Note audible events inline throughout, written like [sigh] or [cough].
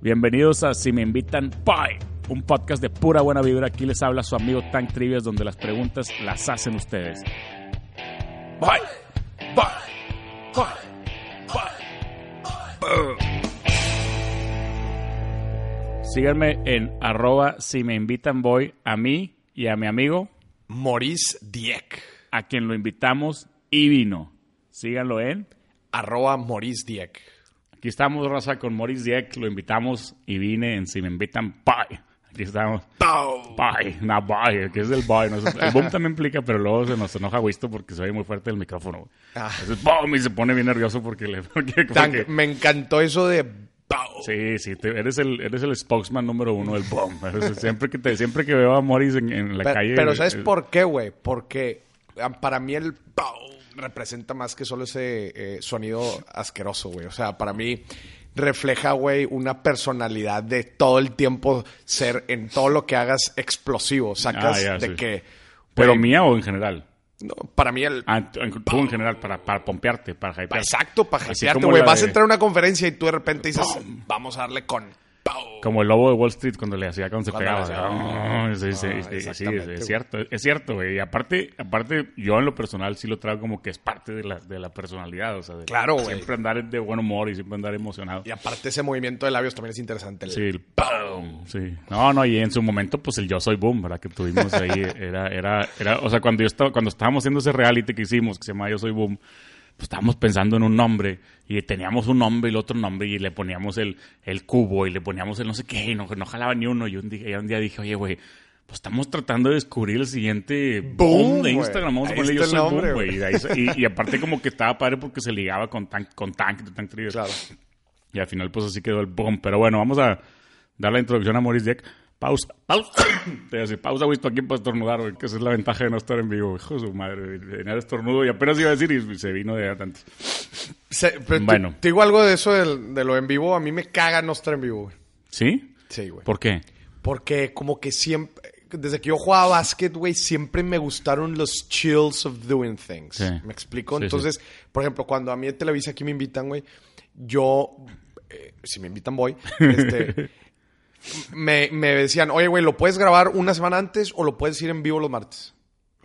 Bienvenidos a Si Me Invitan Pie, un podcast de pura buena vibra. Aquí les habla su amigo Tank Trivias, donde las preguntas las hacen ustedes. Bye, bye, bye, bye. Síganme en arroba si me invitan voy a mí y a mi amigo, Maurice Dieck. a quien lo invitamos y vino. Síganlo en Arroba Maurice Dieck. Aquí estamos, raza, con Maurice Dieck. Lo invitamos y vine en Si Me Invitan Pie. Aquí estamos. ¡Pau! Bye, no, bye, que es el bye. no sé. el boom también implica, pero luego se nos enoja Wisto porque se oye muy fuerte el micrófono. güey. Ah. Entonces, boom, y se pone bien nervioso porque le. [laughs] porque- Tan- porque- me encantó eso de ¡Pau! sí, sí, te- eres, el, eres el spokesman número uno del boom. [laughs] Eres el- siempre, que te, siempre que veo a Morris en, en la Pe- calle. pero ¿sabes eh, por qué, güey? Porque ah, para mí el ¡Pau! representa más que solo ese eh, sonido asqueroso, güey. O sea, para mí refleja, güey, una personalidad de todo el tiempo ser en todo lo que hagas explosivo. Sacas Ah, ya, de sí. que... Pero güey, mía o en general. no, para mí el... Ah, tú- en, tú en general, para, para pompearte, para hypearte. Exacto, para Así hypearte, como güey. la Vas a de- entrar a una conferencia y tú de repente dices, vamos a darle con... ¡Pau! Como el lobo de Wall Street cuando le hacía cuando se Cuando pegaba. le hacía, Ah, sí, sí, sí, sí, ah, sí, exactamente, es güey. cierto, es cierto, güey. Y aparte, aparte, yo en lo personal sí lo traigo como que es parte de la, de la personalidad, o sea, de Claro, güey. siempre andar de buen humor y siempre andar emocionado. Y aparte ese movimiento de labios también es interesante. El- Sí, el ¡pum! Sí. No, no, y en su momento, pues el Yo Soy Boom, ¿verdad? Que tuvimos ahí, era, era, era, o sea, cuando yo estaba, cuando estábamos haciendo ese reality que hicimos, que se llama Yo Soy Boom, pues estábamos pensando en un nombre, y teníamos un nombre y el otro nombre, y le poníamos el, el cubo, y le poníamos el no sé qué, y no, no jalaba ni uno, y un día, y un día dije, oye, güey, pues estamos tratando de descubrir el siguiente boom, de güey. Instagram, vamos a Ahí ponerle Yo está el Soy nombre, Boom, güey. güey. Y de ahí se- Y, y aparte como que estaba padre porque se ligaba con Tank, con Tank, de Tank Trivial. Claro. Y al final, pues así quedó el boom. Pero bueno, vamos a dar la introducción a Maurice Dieck. Pausa, pausa. [coughs] Te voy a decir, pausa, güey, esto aquí para estornudar, güey, que esa es la ventaja de no estar en vivo. Hijo de su madre, güey. Era estornudo y apenas iba a decir y se vino de tanto. Se- pero te- Bueno. Te digo algo de eso del- de, lo en vivo. A mí me caga no estar en vivo, güey. ¿Sí? Sí, güey. ¿Por qué? Porque como que siempre... Desde que yo jugaba básquet, güey, siempre me gustaron los chills of doing things. Sí. ¿Me explico? Sí, sí. Entonces, por ejemplo, cuando a mí en Televisa aquí me invitan, güey, yo... eh, si me invitan, voy. [laughs] Este, me, me decían, oye, güey, ¿lo puedes grabar una semana antes o lo puedes ir en vivo los martes?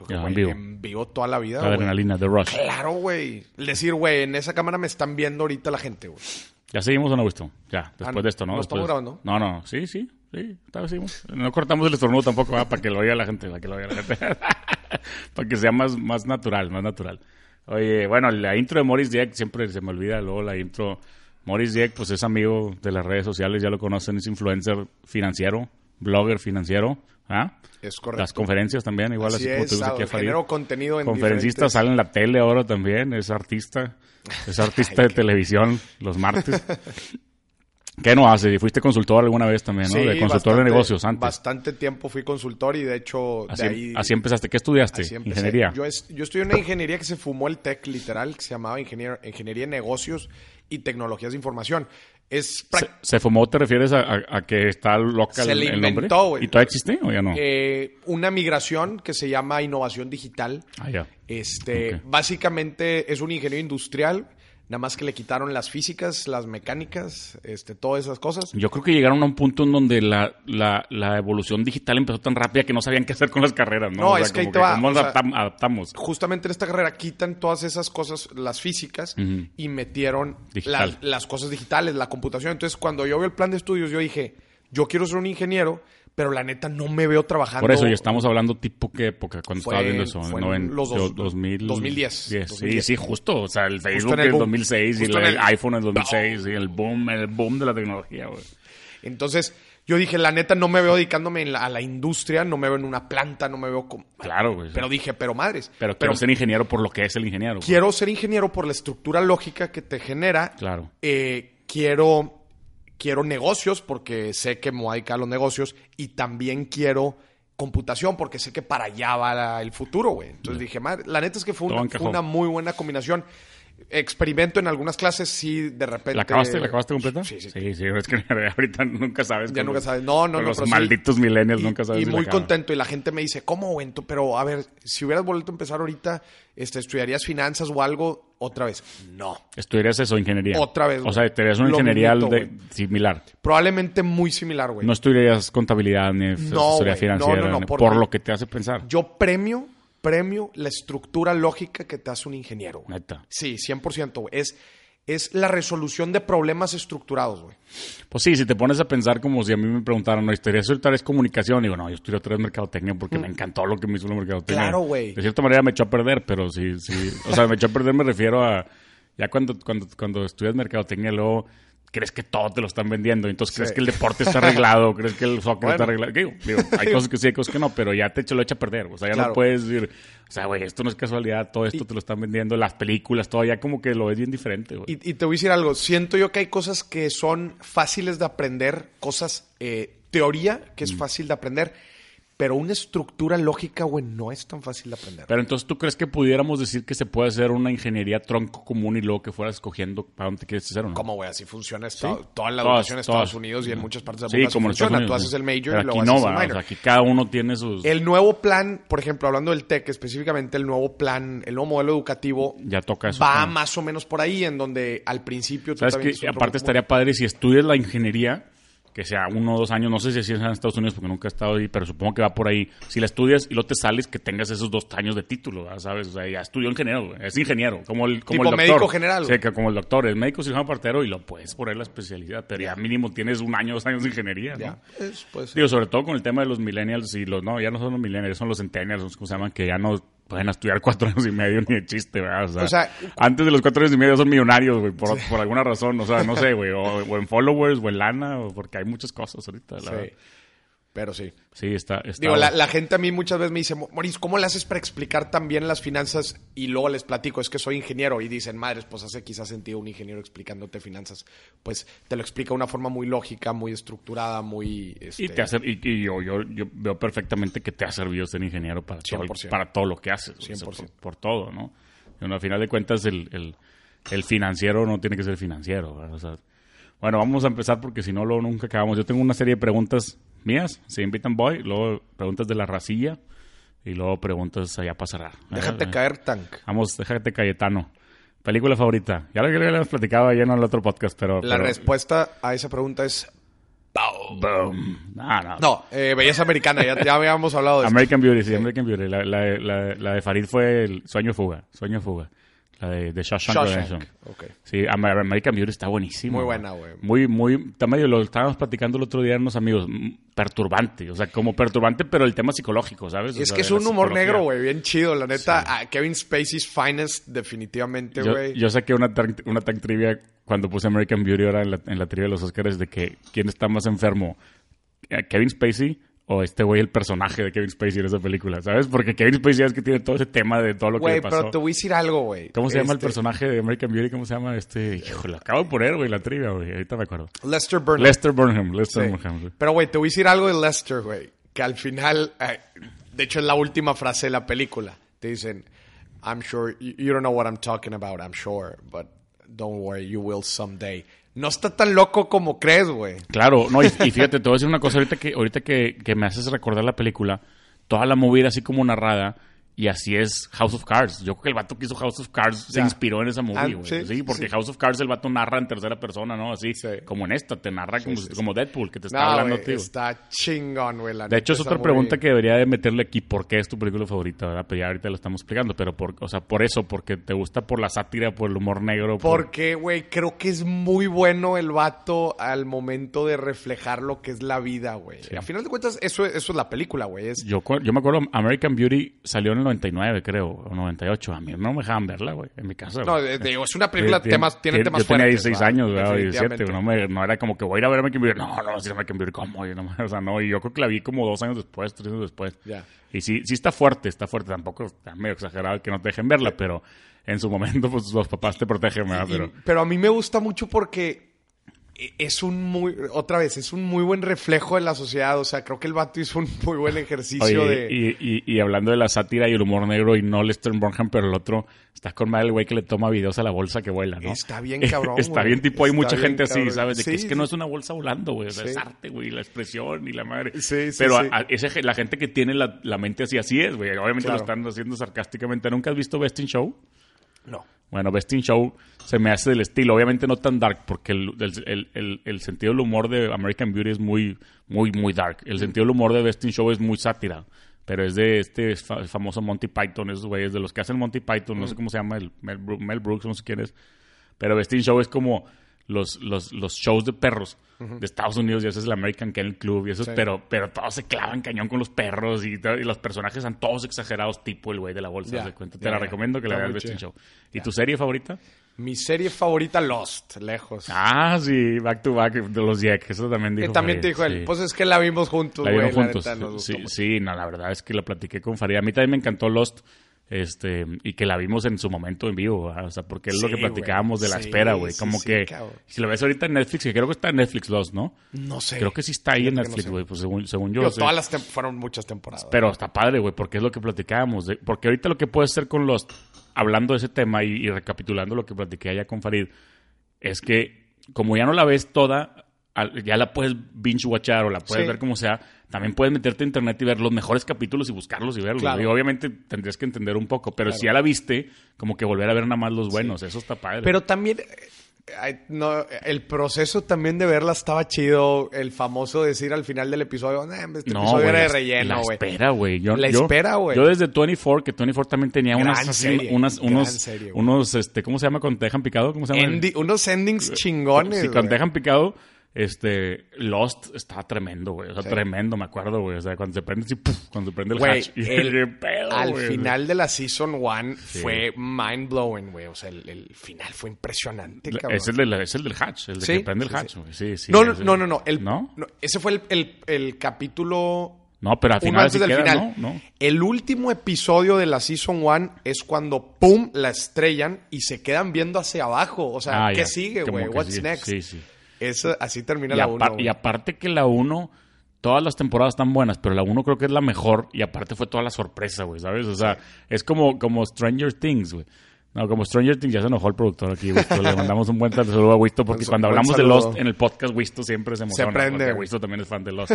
Ya, en Güey, vivo. En vivo toda la vida, La güey. adrenalina, The Rush. Claro, güey. Decir, güey, en esa cámara me están viendo ahorita la gente, güey. ¿Ya seguimos o no, Wisto? Ya, después no, de esto, ¿no? no Después- Ah, estamos grabando. No, no, sí, sí, sí, tal vez seguimos. No cortamos el estornudo tampoco, ¿verdad? para que lo oiga la gente, para que lo oiga la gente. [laughs] para que sea más, más natural, más natural. Oye, bueno, la intro de Morris Dieck siempre se me olvida, luego la intro. Morris Dieck, pues es amigo de las redes sociales, ya lo conocen, es influencer financiero, blogger financiero, ¿ah? Es Las correcto. conferencias también, igual Así así, como es, tuvimos ah, aquí a Farid. genero contenido en Conferencista diferentes- sale en la tele ahora también, es artista, es [laughs] artista de televisión los martes. ¿Qué no hace? Fuiste consultor alguna vez también, ¿no? de consultor de bastante- negocios antes. Bastante tiempo fui consultor y de hecho Así, de ahí así empezaste. ¿Qué estudiaste? así empecé. Ingeniería. Yo, es- yo estudié una ingeniería que se fumó el TEC literal, que se llamaba ingenier- Ingeniería de Negocios y Tecnologías de Información. Es ¿Se, prácticamente se fumó? ¿Te refieres a, a- a que está loca Se el, le el nombre? inventó, güey. Eh, ¿Y todavía existe o ya no? una migración que se llama innovación digital. ah, ya. Este, Ok. básicamente es un ingeniero industrial, nada más que le quitaron las físicas, las mecánicas, este, todas esas cosas. Yo creo que llegaron a un punto en donde la, la, la evolución digital empezó tan rápida que no sabían qué hacer con las carreras, ¿no? No, es que ahí como te va, ¿Cómo o sea- adaptam- adaptamos? Justamente en esta carrera quitan todas esas cosas, las físicas, Ujú. y metieron Digital. las- las cosas digitales, la computación. Entonces, cuando yo vi el plan de estudios, yo dije, yo quiero ser un ingeniero, pero la neta no me veo trabajando. Por eso, y estamos hablando tipo qué época, cuando Fue- estaba viendo eso, fue en Noven- los dos- do- 2000, 2010, diez. 2010. Sí, sí, justo. O sea, el Facebook en en el el boom. 2006 y Justo el, en el- iPhone en el 2006 y el boom, el boom de la tecnología, güey. Entonces, yo dije, la neta no me veo dedicándome en la- a la industria, no me veo en una planta, no me veo como... Claro, güey. Pero Pero, dije, pero madres. quiero ser ingeniero por lo que es el ingeniero. güey. quiero ser ingeniero por la estructura lógica que te genera. Claro. Eh, quiero, quiero negocios porque sé que me voy a dedicar a los negocios y también quiero computación porque sé que para allá va la- el futuro, güey. Entonces dije, madre, la neta es que fue Todo una, encajó. fue una muy buena combinación. Experimento en algunas clases, sí, de repente. ¿La acabaste, la acabaste completa? Este, Sí, sí. Sí, sí, es que [laughs] ahorita nunca sabes. Ya con nunca los- sabes. No, no, con no, Los pero sí. malditos millennials Y- nunca sabes. si Y la muy acabas. contento. Y la gente me dice, ¿cómo, güey? Tú- Pero, a ver, si hubieras vuelto a empezar ahorita, este, ¿estudiarías finanzas o algo otra vez? No. Estudiarías eso, ingeniería. Otra vez, O güey. sea, estudiarías una Lo ingeniería mismito, de- güey. similar. Probablemente muy similar, güey. No estudiarías contabilidad ni asesoría güey. financiera. No, no, no, ni- por, porque- lo que te hace pensar. Yo premio, premio la estructura lógica que te hace un ingeniero, güey. Neta. Sí, 100%, güey. Es, es la resolución de problemas estructurados, güey. Pues sí, si te pones a pensar como si a mí me preguntaran, ¿no? ¿Estudiarías otra vez comunicación? Digo, no, yo estudié otra vez mercadotecnia porque me encantó lo que me hizo la mercadotecnia. Mm. Claro, güey. De cierta manera me echó a perder, pero sí, sí. O sea, me echó a perder me refiero a... Ya cuando, cuando, cuando estudias mercadotecnia, luego crees que todo te lo están vendiendo. Entonces crees Sí. que el deporte está [laughs] arreglado, crees que el soccer está Bueno. arreglado. Digo, digo, hay cosas que sí, hay cosas que no, pero ya te echa- lo echa a perder. O sea, ya no Claro. puedes decir... O sea, güey, esto no es casualidad, todo esto te lo están vendiendo, las películas, todo ya como que lo ves bien diferente, güey. Y, y te voy a decir algo. Siento yo que hay cosas que son fáciles de aprender, cosas, eh, teoría Mm. que es fácil de aprender, pero una estructura lógica, güey, no es tan fácil de aprender. Pero entonces, ¿tú crees que pudiéramos decir que se puede hacer una ingeniería tronco común y luego que fueras escogiendo para dónde te quieres hacer o no? ¿Cómo, güey? Así funciona esta- toda la Todas, educación en Estados todas. Unidos y en muchas partes del Sí, mundo. así como en Estados funciona. Tú Unidos, haces ¿no? el major Pero y aquí luego haces no, el ¿verdad? minor. O sea, aquí cada uno tiene sus... El nuevo plan, por ejemplo, hablando del TEC específicamente, el nuevo plan, el nuevo modelo educativo Ya toca eso. va ¿no? más o menos por ahí, en donde al principio tú ¿Sabes también que tienes otro Aparte grupo. estaría padre si estudias la ingeniería, que sea uno o dos años, no sé si así es en Estados Unidos porque nunca he estado ahí, pero supongo que va por ahí. Si la estudias y luego te sales, que tengas esos dos años de título, ¿verdad? ¿sabes? O sea, ya estudió ingeniero, güey. es ingeniero, como el, como Tipo el doctor. médico general, Sí, güey. que como el doctor, es médico cirujano partero y lo puedes poner la especialidad, pero ya mínimo tienes un año, dos años de ingeniería, ¿no? Ya, es, puede ser. Digo, sobre todo con el tema de los millennials y los... No, ya no son los millennials, son los centennials, los que se llaman, que ya no pueden estudiar [laughs] cuatro años y medio ni de chiste, ¿verdad? O sea, O sea, antes de los cuatro años y medio son millonarios, güey, por, por alguna razón. O sea, no sé, [laughs] güey, o, o en followers o en lana, o porque hay muchas cosas ahorita. La Sí. verdad. Pero sí. sí está... está Digo, la, la gente a mí muchas veces me dice, "Mo- Moris, ¿cómo le haces para explicar tan bien las finanzas? Y luego les platico, es que soy ingeniero. Y dicen, madres, pues hace quizás sentido un ingeniero explicándote finanzas. Pues te lo explica de una forma muy lógica, muy estructurada, muy... Y, este, te hace, y, y yo, yo, yo veo perfectamente que te ha servido ser ingeniero para, todo, el- 100%. para todo lo que haces. güey, o sea, 100%. por, por todo, ¿no? Bueno, al final de cuentas, el, el, el financiero no tiene que ser financiero. ¿verdad? O sea, bueno, vamos a empezar porque si no, luego nunca acabamos. Yo tengo una serie de preguntas mías. Si invitan, voy. Luego preguntas de la racilla. Y luego preguntas allá para cerrar. Déjate Eh, caer, Tank. Vamos, déjate Cayetano. Película favorita. Ya lo ya lo habíamos platicado ayer en el otro podcast, pero... La pero- respuesta a esa pregunta es... Boom. No, no. No, eh, belleza americana, ya, ya habíamos hablado de eso. American Beauty, sí, American Beauty. La, la- la- la de Farid fue el Sueño de Fuga. Sueño de Fuga. La de, de Shawshank Redemption. Shawshank. Ok. Sí, Am- American Beauty está buenísimo. Muy buena, güey. Muy, muy. Está medio, lo estábamos platicando el otro día unos amigos. mm, Perturbante. O sea, como perturbante, pero el tema psicológico, ¿sabes? O Es sea, que de es la un humor psicología. negro, güey, bien chido, la neta. a Kevin Spacey's finest, definitivamente, Yo, güey. yo saqué una tag, una tag trivia cuando puse American Beauty ahora en la, en la trivia de los Oscars de que quién está más enfermo, eh, Kevin Spacey o este güey el personaje de Kevin Spacey en esa película, ¿sabes? Porque Kevin Spacey es que tiene todo ese tema de todo lo que Güey, le pasó. pero te voy a decir algo, güey. ¿Cómo se llama el Este, personaje de American Beauty? ¿Cómo se llama este? Hijo, lo acabo de poner, güey, la trivia, güey. Ahorita me acuerdo. Lester Burnham. Lester Burnham, Lester Sí. Burnham. sí. Pero, güey, te voy a decir algo de Lester, güey. Que al final, eh, de hecho, es la última frase de la película. Te dicen, I'm sure, you, you don't know what I'm talking about, I'm sure, but don't worry, you will someday. No está tan loco como crees, güey. Claro, no, y, y fíjate, te voy a decir una cosa ahorita que, ahorita que, que me haces recordar la película, toda la movida así como narrada, y así es House of Cards. Yo creo que el vato que hizo House of Cards se Ya. inspiró en esa Ah, movie, güey. sí, sí, porque sí. House of Cards el vato narra en tercera persona, ¿no? Así, Sí. como en esta, te narra como, sí, sí. como Deadpool, que te está No, hablando, güey, tío. está chingón, güey. la De hecho, neta, es está otra muy pregunta bien. que debería de meterle aquí. ¿Por qué es tu película favorita, verdad? Pero ya ahorita lo estamos explicando. Pero, por, o sea, por eso, porque te gusta por la sátira, por el humor negro. por- Porque, güey, creo que es muy bueno el vato al momento de reflejar lo que es la vida, güey. A final de cuentas, eso, eso es la película, güey. Es, Yo, cu- yo me acuerdo, American Beauty salió en el 99, creo, o 98. A mí no me dejaban verla, güey, en mi casa. no, güey. de- digo, es una película, Tien- temas, tiene tien- temas Yo tenía fuertes, 16 ¿va? años, güey, o 17. Definitivamente. No, me- no era como que voy a ir a ver American Beauty. No, no, vas a ir a American Beauty, ¿cómo? Yo no, [laughs] o sea, no, y yo creo que la vi como dos años después, tres años después. Ya. Y sí, sí está fuerte, está fuerte. Tampoco está medio exagerado que no te dejen verla, pero en su momento, pues los papás te protegen, ¿verdad? Y- Pero... pero a mí me gusta mucho porque e, es un muy, otra vez, es un muy buen reflejo de la sociedad. O sea, creo que el vato hizo un muy buen ejercicio Oye, de. y, y- y hablando de la sátira y el humor negro, y no Lester Burnham, pero el otro, estás con mal el güey que le toma videos a la bolsa que vuela, ¿no? Está bien cabrón, [laughs] Está güey. bien, tipo, hay Está mucha bien gente así, cabrón. ¿sabes? De que Sí, es que no es una bolsa volando, güey. O sea, Sí. es arte, güey, la expresión y la madre. Sí, sí, pero a- sí. a- ese ge- la gente que tiene la, la mente así, así es, güey. Obviamente Claro. lo están haciendo sarcásticamente. ¿Nunca has visto Best in Show? No. Bueno, Best in Show se me hace del estilo, obviamente no tan dark, porque el, el- el- el- el sentido del humor de American Beauty es muy, muy, muy dark. El sentido del humor de Best in Show es muy sátira, pero es de este fa- famoso Monty Python, esos güeyes, de los que hacen Monty Python, no sé cómo se llama, el Mel, Bru- Mel Brooks, no sé quién es, pero Best in Show es como los, los, los shows de perros de Estados Unidos, y eso es el American Kennel Club, y eso, Sí. pero, pero todos se clavan cañón con los perros y, ta- y los personajes son todos exagerados, tipo el güey de la bolsa. Ya, haz de cuenta. Te ya, la ya. recomiendo que la Está veas muy Best in chida. Show. ¿Y tu serie favorita? Mi serie favorita, Lost, lejos. Ah, sí, Back to Back de los Jack. Eso también que dijo. Eh, también Farid, te dijo él. sí. Pues es que la vimos juntos, la güey. vieron la juntos. neta, nos gustó sí, mucho. sí, no, la verdad es que la platiqué con Farid. A mí también me encantó Lost. Este, y que la vimos en su momento en vivo, ¿verdad? o sea, porque es lo Sí, que güey. platicábamos de la Sí, espera, güey. sí, Como sí, que cabrón. si lo ves ahorita en Netflix, que creo que está en Netflix Lost, ¿no? No sé. Creo que sí está ahí en Fíjate que no Netflix, sé. güey, pues según, según yo. Digo, sí. todas las tem- fueron muchas temporadas. Pero está padre, güey, porque es lo que platicábamos. de- porque ahorita lo que puedes hacer con los. Hablando de ese tema y, y recapitulando lo que platiqué allá con Farid, es que como ya no la ves toda, al- ya la puedes binge-watchar o la puedes Sí. ver como sea, también puedes meterte a internet y ver los mejores capítulos y buscarlos y verlos. Claro. Y obviamente tendrías que entender un poco, pero si ya la viste, como que volver a ver nada más los buenos. Eso está padre. Pero también, eh, ay, no, eh, el proceso también de verla estaba chido. El famoso decir al final del episodio, "Nah, este episodio güey, era de la- relleno, La güey. espera, güey. Yo- La yo- espera, güey. Yo desde 24, que 24 también tenía Gran unas, así, serie, unas, gran unos, serie, güey. unos, este, ¿cómo se llama? Cuando te dejan picado, ¿cómo se llama? Endi- unos endings Eh, chingones. Sí, cuando güey. te dejan picado, este, Lost estaba tremendo, güey. O sea, tremendo, me acuerdo, güey. O sea, cuando se prende así, ¡puf! cuando se prende el Güey, hatch. [laughs] Y el- qué pedo, al güey. final de la season one fue mind blowing, güey. O sea, el, el final fue impresionante, cabrón. Es el, del, es el del hatch, el de Sí, que prende el sí, hatch, sí. güey. Sí, sí. no, no, ese- no, no, no, el- ¿No? no, Ese fue el, el- el capítulo. No, pero al uno final antes sí del queda, final. ¿no? ¿No? El último episodio de la Season one es cuando ¡pum! la estrellan y se quedan viendo hacia abajo. O sea, Ah, ¿qué ya. sigue, Como güey? que What's sí, next? Sí, sí. Eso, así termina Y, la apar- 1. y aparte que la 1, todas las temporadas están buenas, pero la 1 creo que es la mejor. Y aparte fue toda la sorpresa, güey, ¿sabes? O sea, es como, como Stranger Things, güey. No, como Stranger Things, ya se enojó el productor aquí, Wisto. Le mandamos un buen [laughs] saludo a Wisto, porque Un cuando buen hablamos saludo. de Lost en el podcast, Wisto siempre se emociona. prende. porque Wisto también es fan de Lost.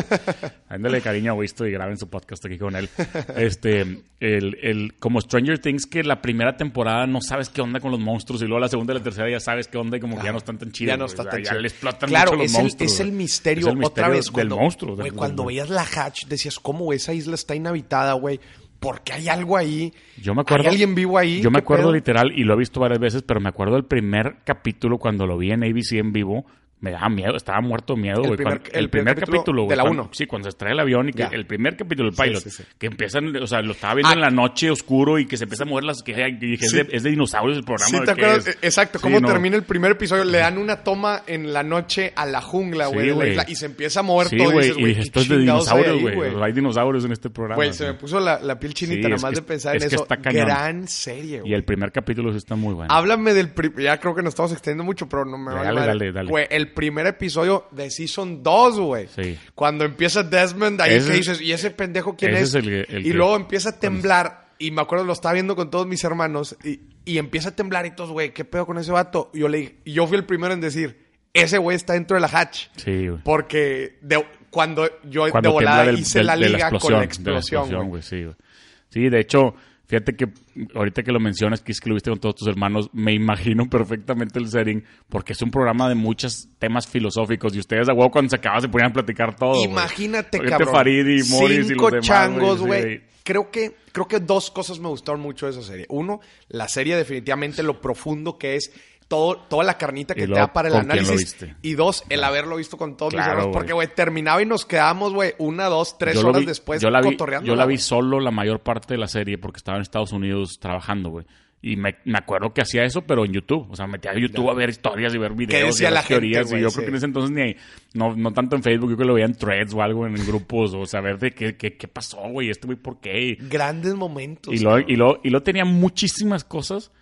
Ándale cariño a Wisto y graben su podcast aquí con [laughs] él. Este, el, el, como Stranger Things, que la primera temporada no sabes qué onda con los monstruos, y luego la segunda y la tercera ya sabes qué onda, y como que ya no están tan chidos. Ya no güey. está O sea, tan Pues ya chido. le explotan claro, mucho los es el, monstruos, es güey. el misterio, Es el otra vez. del Cuando, monstruo. güey, del- cuando del- veías la hatch, decías, ¿cómo esa isla está inhabitada, güey? Porque hay algo ahí. Yo me acuerdo. ¿Hay alguien vivo ahí? Yo me ¿Qué acuerdo pedo? literal, y lo he visto varias veces, pero me acuerdo el primer capítulo cuando lo vi en ABC en vivo. Me daba miedo, estaba muerto de miedo, El güey. primer- Cuando- el primer capítulo güey, de la cuando- uno. Sí, cuando se trae el avión y que Ya. el primer capítulo, el pilot, sí, sí. que empiezan, o sea, lo estaba viendo Ah. en la noche oscuro y que se empieza a mover las. Que, que dije, es, de, es de dinosaurios el programa. Sí, ¿de te qué acuerdas. es? Eh, Exacto, Sí, cómo no. termina el primer episodio. Le dan una toma en la noche a la jungla, Sí, güey, de la güey. isla, y se empieza a mover Sí, todo. güey, dices, y dije, ¿qué esto es de chingados hay dinosaurios, ahí, güey. O sea, Hay dinosaurios en este programa. Güey, se me güey. puso la, la piel chinita Sí, nada es más que- de pensar es en que eso. está cañón. Gran serie, güey. Y el primer capítulo sí está muy bueno. Háblame del pri- Ya creo que nos estamos extendiendo mucho, pero no me vale Dale, madre. dale, dale. Güey, el primer episodio de Season 2, güey. Sí. Cuando empieza Desmond, ahí Ese- que dices, ¿y ese pendejo quién ese es? es el que- el y que- luego empieza a temblar. Y me acuerdo, lo estaba viendo con todos mis hermanos. Y, y empieza a temblar y todos, güey, ¿qué pedo con ese vato? Y yo le dije- y yo fui el primero en decir, ese güey está dentro de la hatch. Sí, güey. Porque de- cuando yo cuando de volada tiembla del- hice del- la de liga con la de la explosión, güey. güey, Sí, güey. Sí, de hecho, fíjate que ahorita que lo mencionas, que es que lo viste con todos tus hermanos, me imagino perfectamente el setting, porque es un programa de muchos temas filosóficos y ustedes a huevo cuando se acaba se ponían a platicar todo. güey. Imagínate, Ahorita cabrón. Farid y Morris y cinco los demás, changos, sí, güey. Creo que, creo que dos cosas me gustaron mucho de esa serie. Uno, la serie definitivamente lo profundo que es. Todo, toda la carnita Y que te luego, da para el ¿con quién lo análisis. viste? Y dos, el haberlo visto con todos mis Claro, hermanos. Porque, güey, terminaba y nos quedamos, güey, una, dos, tres Yo lo horas vi- después yo la vi, cotorreando. Yo la vi solo la mayor parte de la serie porque estaba en Estados Unidos trabajando, güey. Y me, me acuerdo que hacía eso, pero en YouTube. O sea, metía a YouTube a ver historias y ver videos decía y ver la gente, teorías. y güey? yo Sí. creo que en ese entonces ni... No, no tanto en Facebook, yo creo que lo veía en threads o algo, en grupos. O saber de qué, qué, qué pasó, güey. Este güey, ¿por qué? Grandes momentos. Y luego, y, luego, y luego tenía muchísimas cosas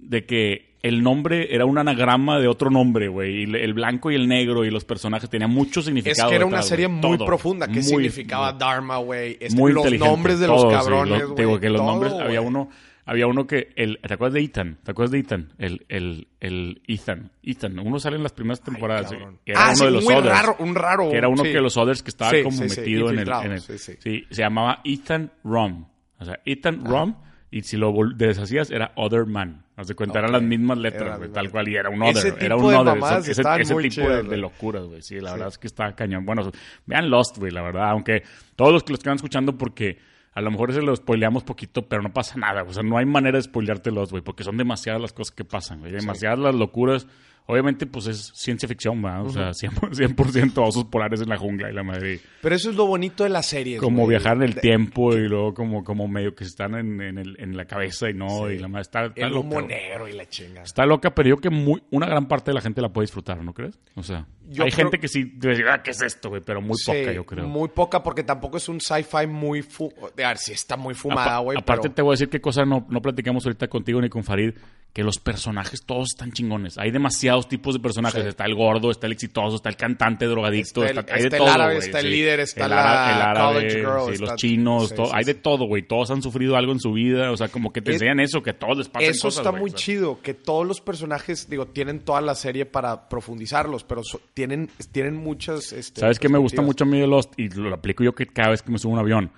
de que el nombre era un anagrama de otro nombre, güey. Y le- el blanco y el negro y los personajes tenían mucho Es significado. que era detrás, una serie güey. muy Todo. profunda. ¿Qué Muy- significaba Dharma, güey? Es que muy los inteligente. nombres de los Todo, sí, cabrones, los- güey. te digo que los todo, nombres, había güey. uno, había uno que, el, ¿te acuerdas de Ethan? ¿Te acuerdas de Ethan? El, el, el Ethan. Ethan, uno sale en las primeras temporadas. sí. cabrón. Que era Ah, uno sí, de los muy Others. raro, un raro, Que era uno sí. que los Others que estaba Sí, como sí, sí, metido en el, infiltrado, en el- sí, sí. se llamaba Ethan Rom. O sea, Ethan Rom. Y si lo vol- deshacías era Other Man. Haz de cuenta, eran Ok. las mismas Era letras, la güey, misma tal letra. cual. Y era un Ese Other. Era tipo un de Other. mamadas Ese- estaban ese muy tipo de- chidas, de güey. locuras, güey. Sí, la verdad es que está cañón. Bueno, vean Lost, güey, la verdad. Aunque todos los que lo están escuchando, porque a lo mejor se lo spoileamos poquito, pero no pasa nada. O sea, no hay manera de spoilearte Lost, güey, porque son demasiadas las cosas que pasan, güey. Demasiadas las locuras. Obviamente, pues es ciencia ficción, ¿verdad? O sea, 100%, 100 osos polares en la jungla y la madre. Pero eso es lo bonito de las series. Como güey. viajar en el De- tiempo y luego como, como medio que están en, en, el- en la cabeza y no, y la madre está, está El loca. humo güey. negro y la chinga. Está loca, pero yo creo que muy, una gran parte de la gente la puede disfrutar, ¿no crees? O sea, Yo hay creo- gente que sí debe decir, ah, ¿qué es esto, güey? Pero muy Sí, poca, yo creo. Muy poca, porque tampoco es un sci-fi muy. Fu a ver, sí está muy Apa- fumada, güey. aparte pero- te voy a decir qué cosa no, no platicamos ahorita contigo ni con Farid, que los personajes todos están chingones. Hay demasiados tipos de personajes. Sí. Está el gordo, está el exitoso, está el cantante drogadicto, Está el- está, hay de está el todo, árabe, güey, está el sí. líder, está el la ara- el árabe, college girl, sí, está- los chinos, sí, todo- sí, hay de sí. todo, güey. Todos han sufrido algo en su vida, o sea, como que te Es- enseñan eso, que a todos les pasa Eso está muy chido, que todos los personajes, digo, tienen toda la serie para profundizarlos, pero so- tienen, tienen muchas. este, ¿Sabes qué me gusta perspectivas. mucho a mí de Lost? Y lo aplico yo que cada vez que me subo a un avión.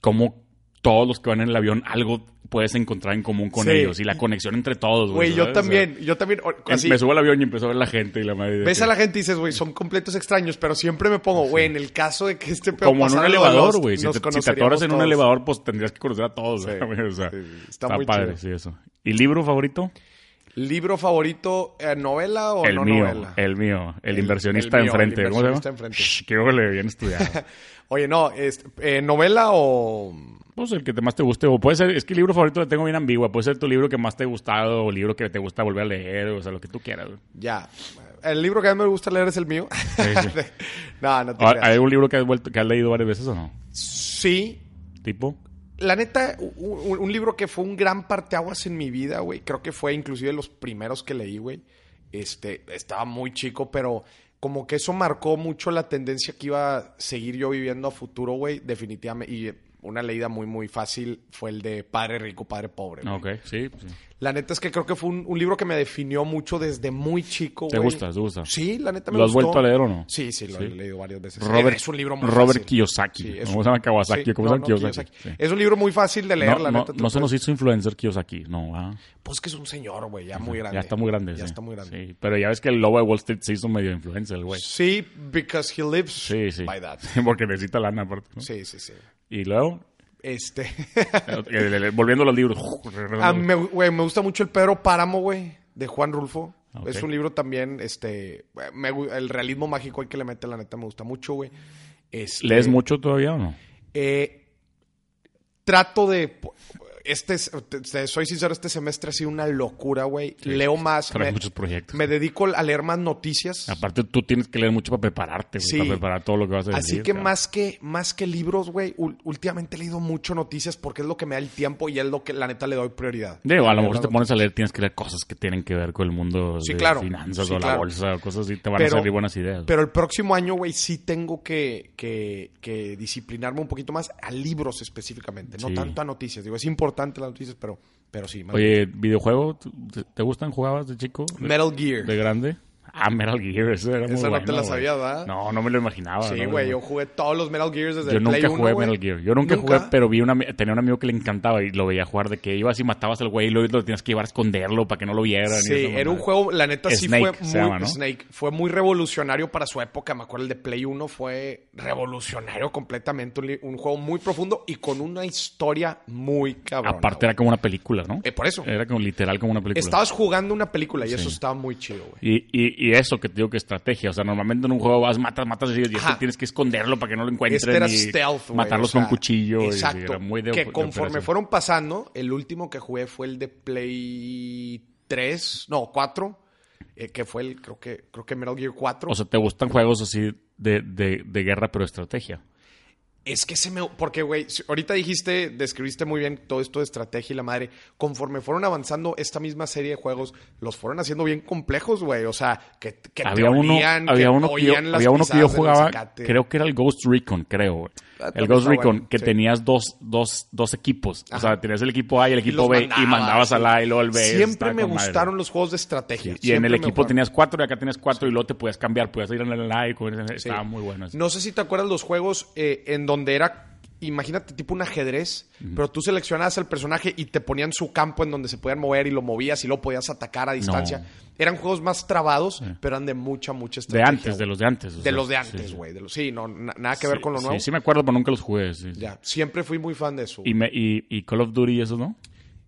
Como todos los que van en el avión, algo puedes encontrar en común con Sí. ellos. Y la conexión entre todos, güey. Güey, yo ¿sabes? O sea, también, yo también. o- em- así, me subo al avión y empiezo a ver la gente y la madre. de ves que- a la gente y dices, güey, son completos extraños, pero siempre me pongo, güey, en el caso de que este pedo Como en un pasara algo elevador, Lost, güey. Si, nos te- si te conoceríamos atoras en un todos. elevador, pues tendrías que conocer a todos. Sí. [laughs] güey, o sea, Sí, sí, sí. está, Está muy padre, chido. sí, eso. ¿Y libro favorito? ¿Libro favorito, eh, novela o el no mío, novela? el mío. El, El- inversionista el mío, el enfrente. ¿Cómo se llama? inversionista enfrente. Shh, qué ole, bien estudiado. Oye, no, este, eh, novela o... Pues el que te más te guste, o puede ser, es que el libro favorito lo tengo bien ambigua, puede ser tu libro que más te ha gustado, o libro que te gusta volver a leer, o sea, lo que tú quieras. güey. Ya. El libro que a mí me gusta leer es el mío. sí. [laughs] Ah, no, no te ¿Hay creas. algún libro que has, vuelto, que has leído varias veces o no? Sí. ¿Tipo? La neta, u- u- un, libro que fue un gran parteaguas en mi vida, güey. Creo que fue inclusive los primeros que leí, güey. Este, estaba muy chico, pero como que eso marcó mucho la tendencia que iba a seguir yo viviendo a futuro, güey. Definitivamente. Y eh, una leída muy, muy fácil fue el de Padre Rico, Padre Pobre. güey. Ok, sí. sí. La neta es que creo que fue un, un libro que me definió mucho desde muy chico. ¿Te güey. gusta? ¿Te gusta? Sí, la neta me ¿Lo has gustó. vuelto a leer o no? Sí, sí, lo he Sí. leído varias veces. Robert, es un libro muy Robert fácil. Kiyosaki. Sí, ¿Cómo se llama Kawasaki? sí, ¿Cómo se no, llama no, Kiyosaki? Kiyosaki. Sí. Es un libro muy fácil de leer, no, la no- neta. tú no se puedes- nos hizo influencer Kiyosaki, no, ¿verdad? Pues que es un señor, güey, ya muy grande. Ya está muy grande. Ya sí. está muy grande. Sí, pero ya ves que el lobo de Wall Street se hizo medio influencer, el güey. Sí, because he lives Sí, sí. by that. [laughs] Porque necesita lana aparte. ¿no? Sí, sí, sí. Y luego, Este. [laughs] el- el- el- volviendo a los libros. a mí Ah, me, güey, me gusta mucho El Pedro Páramo, güey, de Juan Rulfo. Ah, Ok. Es un libro también, este. me gu- el realismo mágico hay que le mete, la neta, me gusta mucho, güey. Este, ¿Lees mucho todavía o no? Eh, trato de. Este, es- te- te- soy sincero, este semestre ha sido una locura, güey. Leo más. Traes Me, muchos Ah, proyectos. me dedico a leer más noticias. Aparte, tú tienes que leer mucho para prepararte, güey, Sí. para preparar todo lo que vas a decir. Así que cabrón. más que más que libros, güey, ul- últimamente he leído mucho noticias porque es lo que me da el tiempo y es lo que la neta le doy prioridad. Digo, a lo Leer mejor si te las pones a leer, tienes que leer cosas que tienen que ver con el mundo Sí, de claro. finanzas Sí, o la claro. bolsa o cosas así. Te van Pero- a salir buenas ideas. Pero el próximo año, güey, sí tengo que, que- que disciplinarme un poquito más a libros específicamente, no Sí. tanto a noticias. Digo, es importante las noticias, pero, pero sí. más Oye, ¿videojuego? ¿Tú- ¿Te, te gustan? ¿Jugabas de chico? bien. Metal Gear. ¿De grande? Ah, Metal Gear, eso era muy Esa no te bueno, la güey. sabías, ¿verdad? No, no me lo imaginaba. sí, ah, no, güey, no. yo jugué todos los Metal Gears desde Yo el nunca Play 1, jugué güey. Metal Gear. Yo nunca, jugué, pero vi una, tenía un amigo que le encantaba y lo veía jugar de que ibas y matabas al güey y luego lo tenías que llevar a esconderlo para que no lo vieran. y Sí, esa era un mamada. juego, la neta sí Snake fue se muy llama, ¿no? Snake, fue muy revolucionario para su época, me acuerdo el de Play 1 fue revolucionario completamente, un, li- un juego muy profundo y con una historia muy cabrón. Aparte era como una película, ¿no? Eh, por eso. Era como literal como una película. Estabas jugando una película y eso estaba muy chido, Y, güey. y, y eso que te digo que estrategia. O sea, normalmente en un juego vas, matas, matas y y este Ajá. tienes que esconderlo para que no lo encuentren. Este era y stealth, güey. Matarlos o sea, con cuchillo. y- y Exacto. era muy de- que de conforme operación. fueron pasando, el último que jugué fue el de Play 3, no, 4, eh, que fue el, creo que, creo que Metal Gear 4. O sea, te gustan juegos así de, de, de guerra pero estrategia. Es que se me. Porque, güey, si- ahorita dijiste, describiste muy bien todo esto de estrategia y la madre. Conforme fueron avanzando esta misma serie de juegos, los fueron haciendo bien complejos, güey. O sea, que, que te había uno, olían, había que uno que yo, oían las había uno que yo pisadas del jugaba, zacate. creo que era el Ghost Recon, creo. güey. Ah, el también Ghost está Recon, bueno, que sí. tenías dos, dos, dos equipos. O sea, tenías el equipo A y el equipo los B y mandabas sí. al A y luego al B. Siempre Estaba me con madre. gustaron los juegos de estrategia. Y en Siempre el me equipo gustaron. tenías cuatro y acá tenías cuatro y luego te podías cambiar, podías ir al A y con- estaba muy bueno. eso. No sé si te acuerdas los juegos eh, en donde era, imagínate, tipo un ajedrez, pero tú seleccionabas el personaje y te ponían su campo en donde se podían mover y lo movías y lo podías atacar a distancia. Eran juegos más trabados, pero eran de mucha, mucha de estrategia. antes, de los de antes. o De sea, los de sí, antes, sí. güey. de los- Sí, no, na- nada que ver con lo Sí, nuevo. Sí, me acuerdo, pero nunca los jugué. sí. Ya, siempre fui muy fan de eso. Y, me- y, y Call of Duty y eso, ¿no?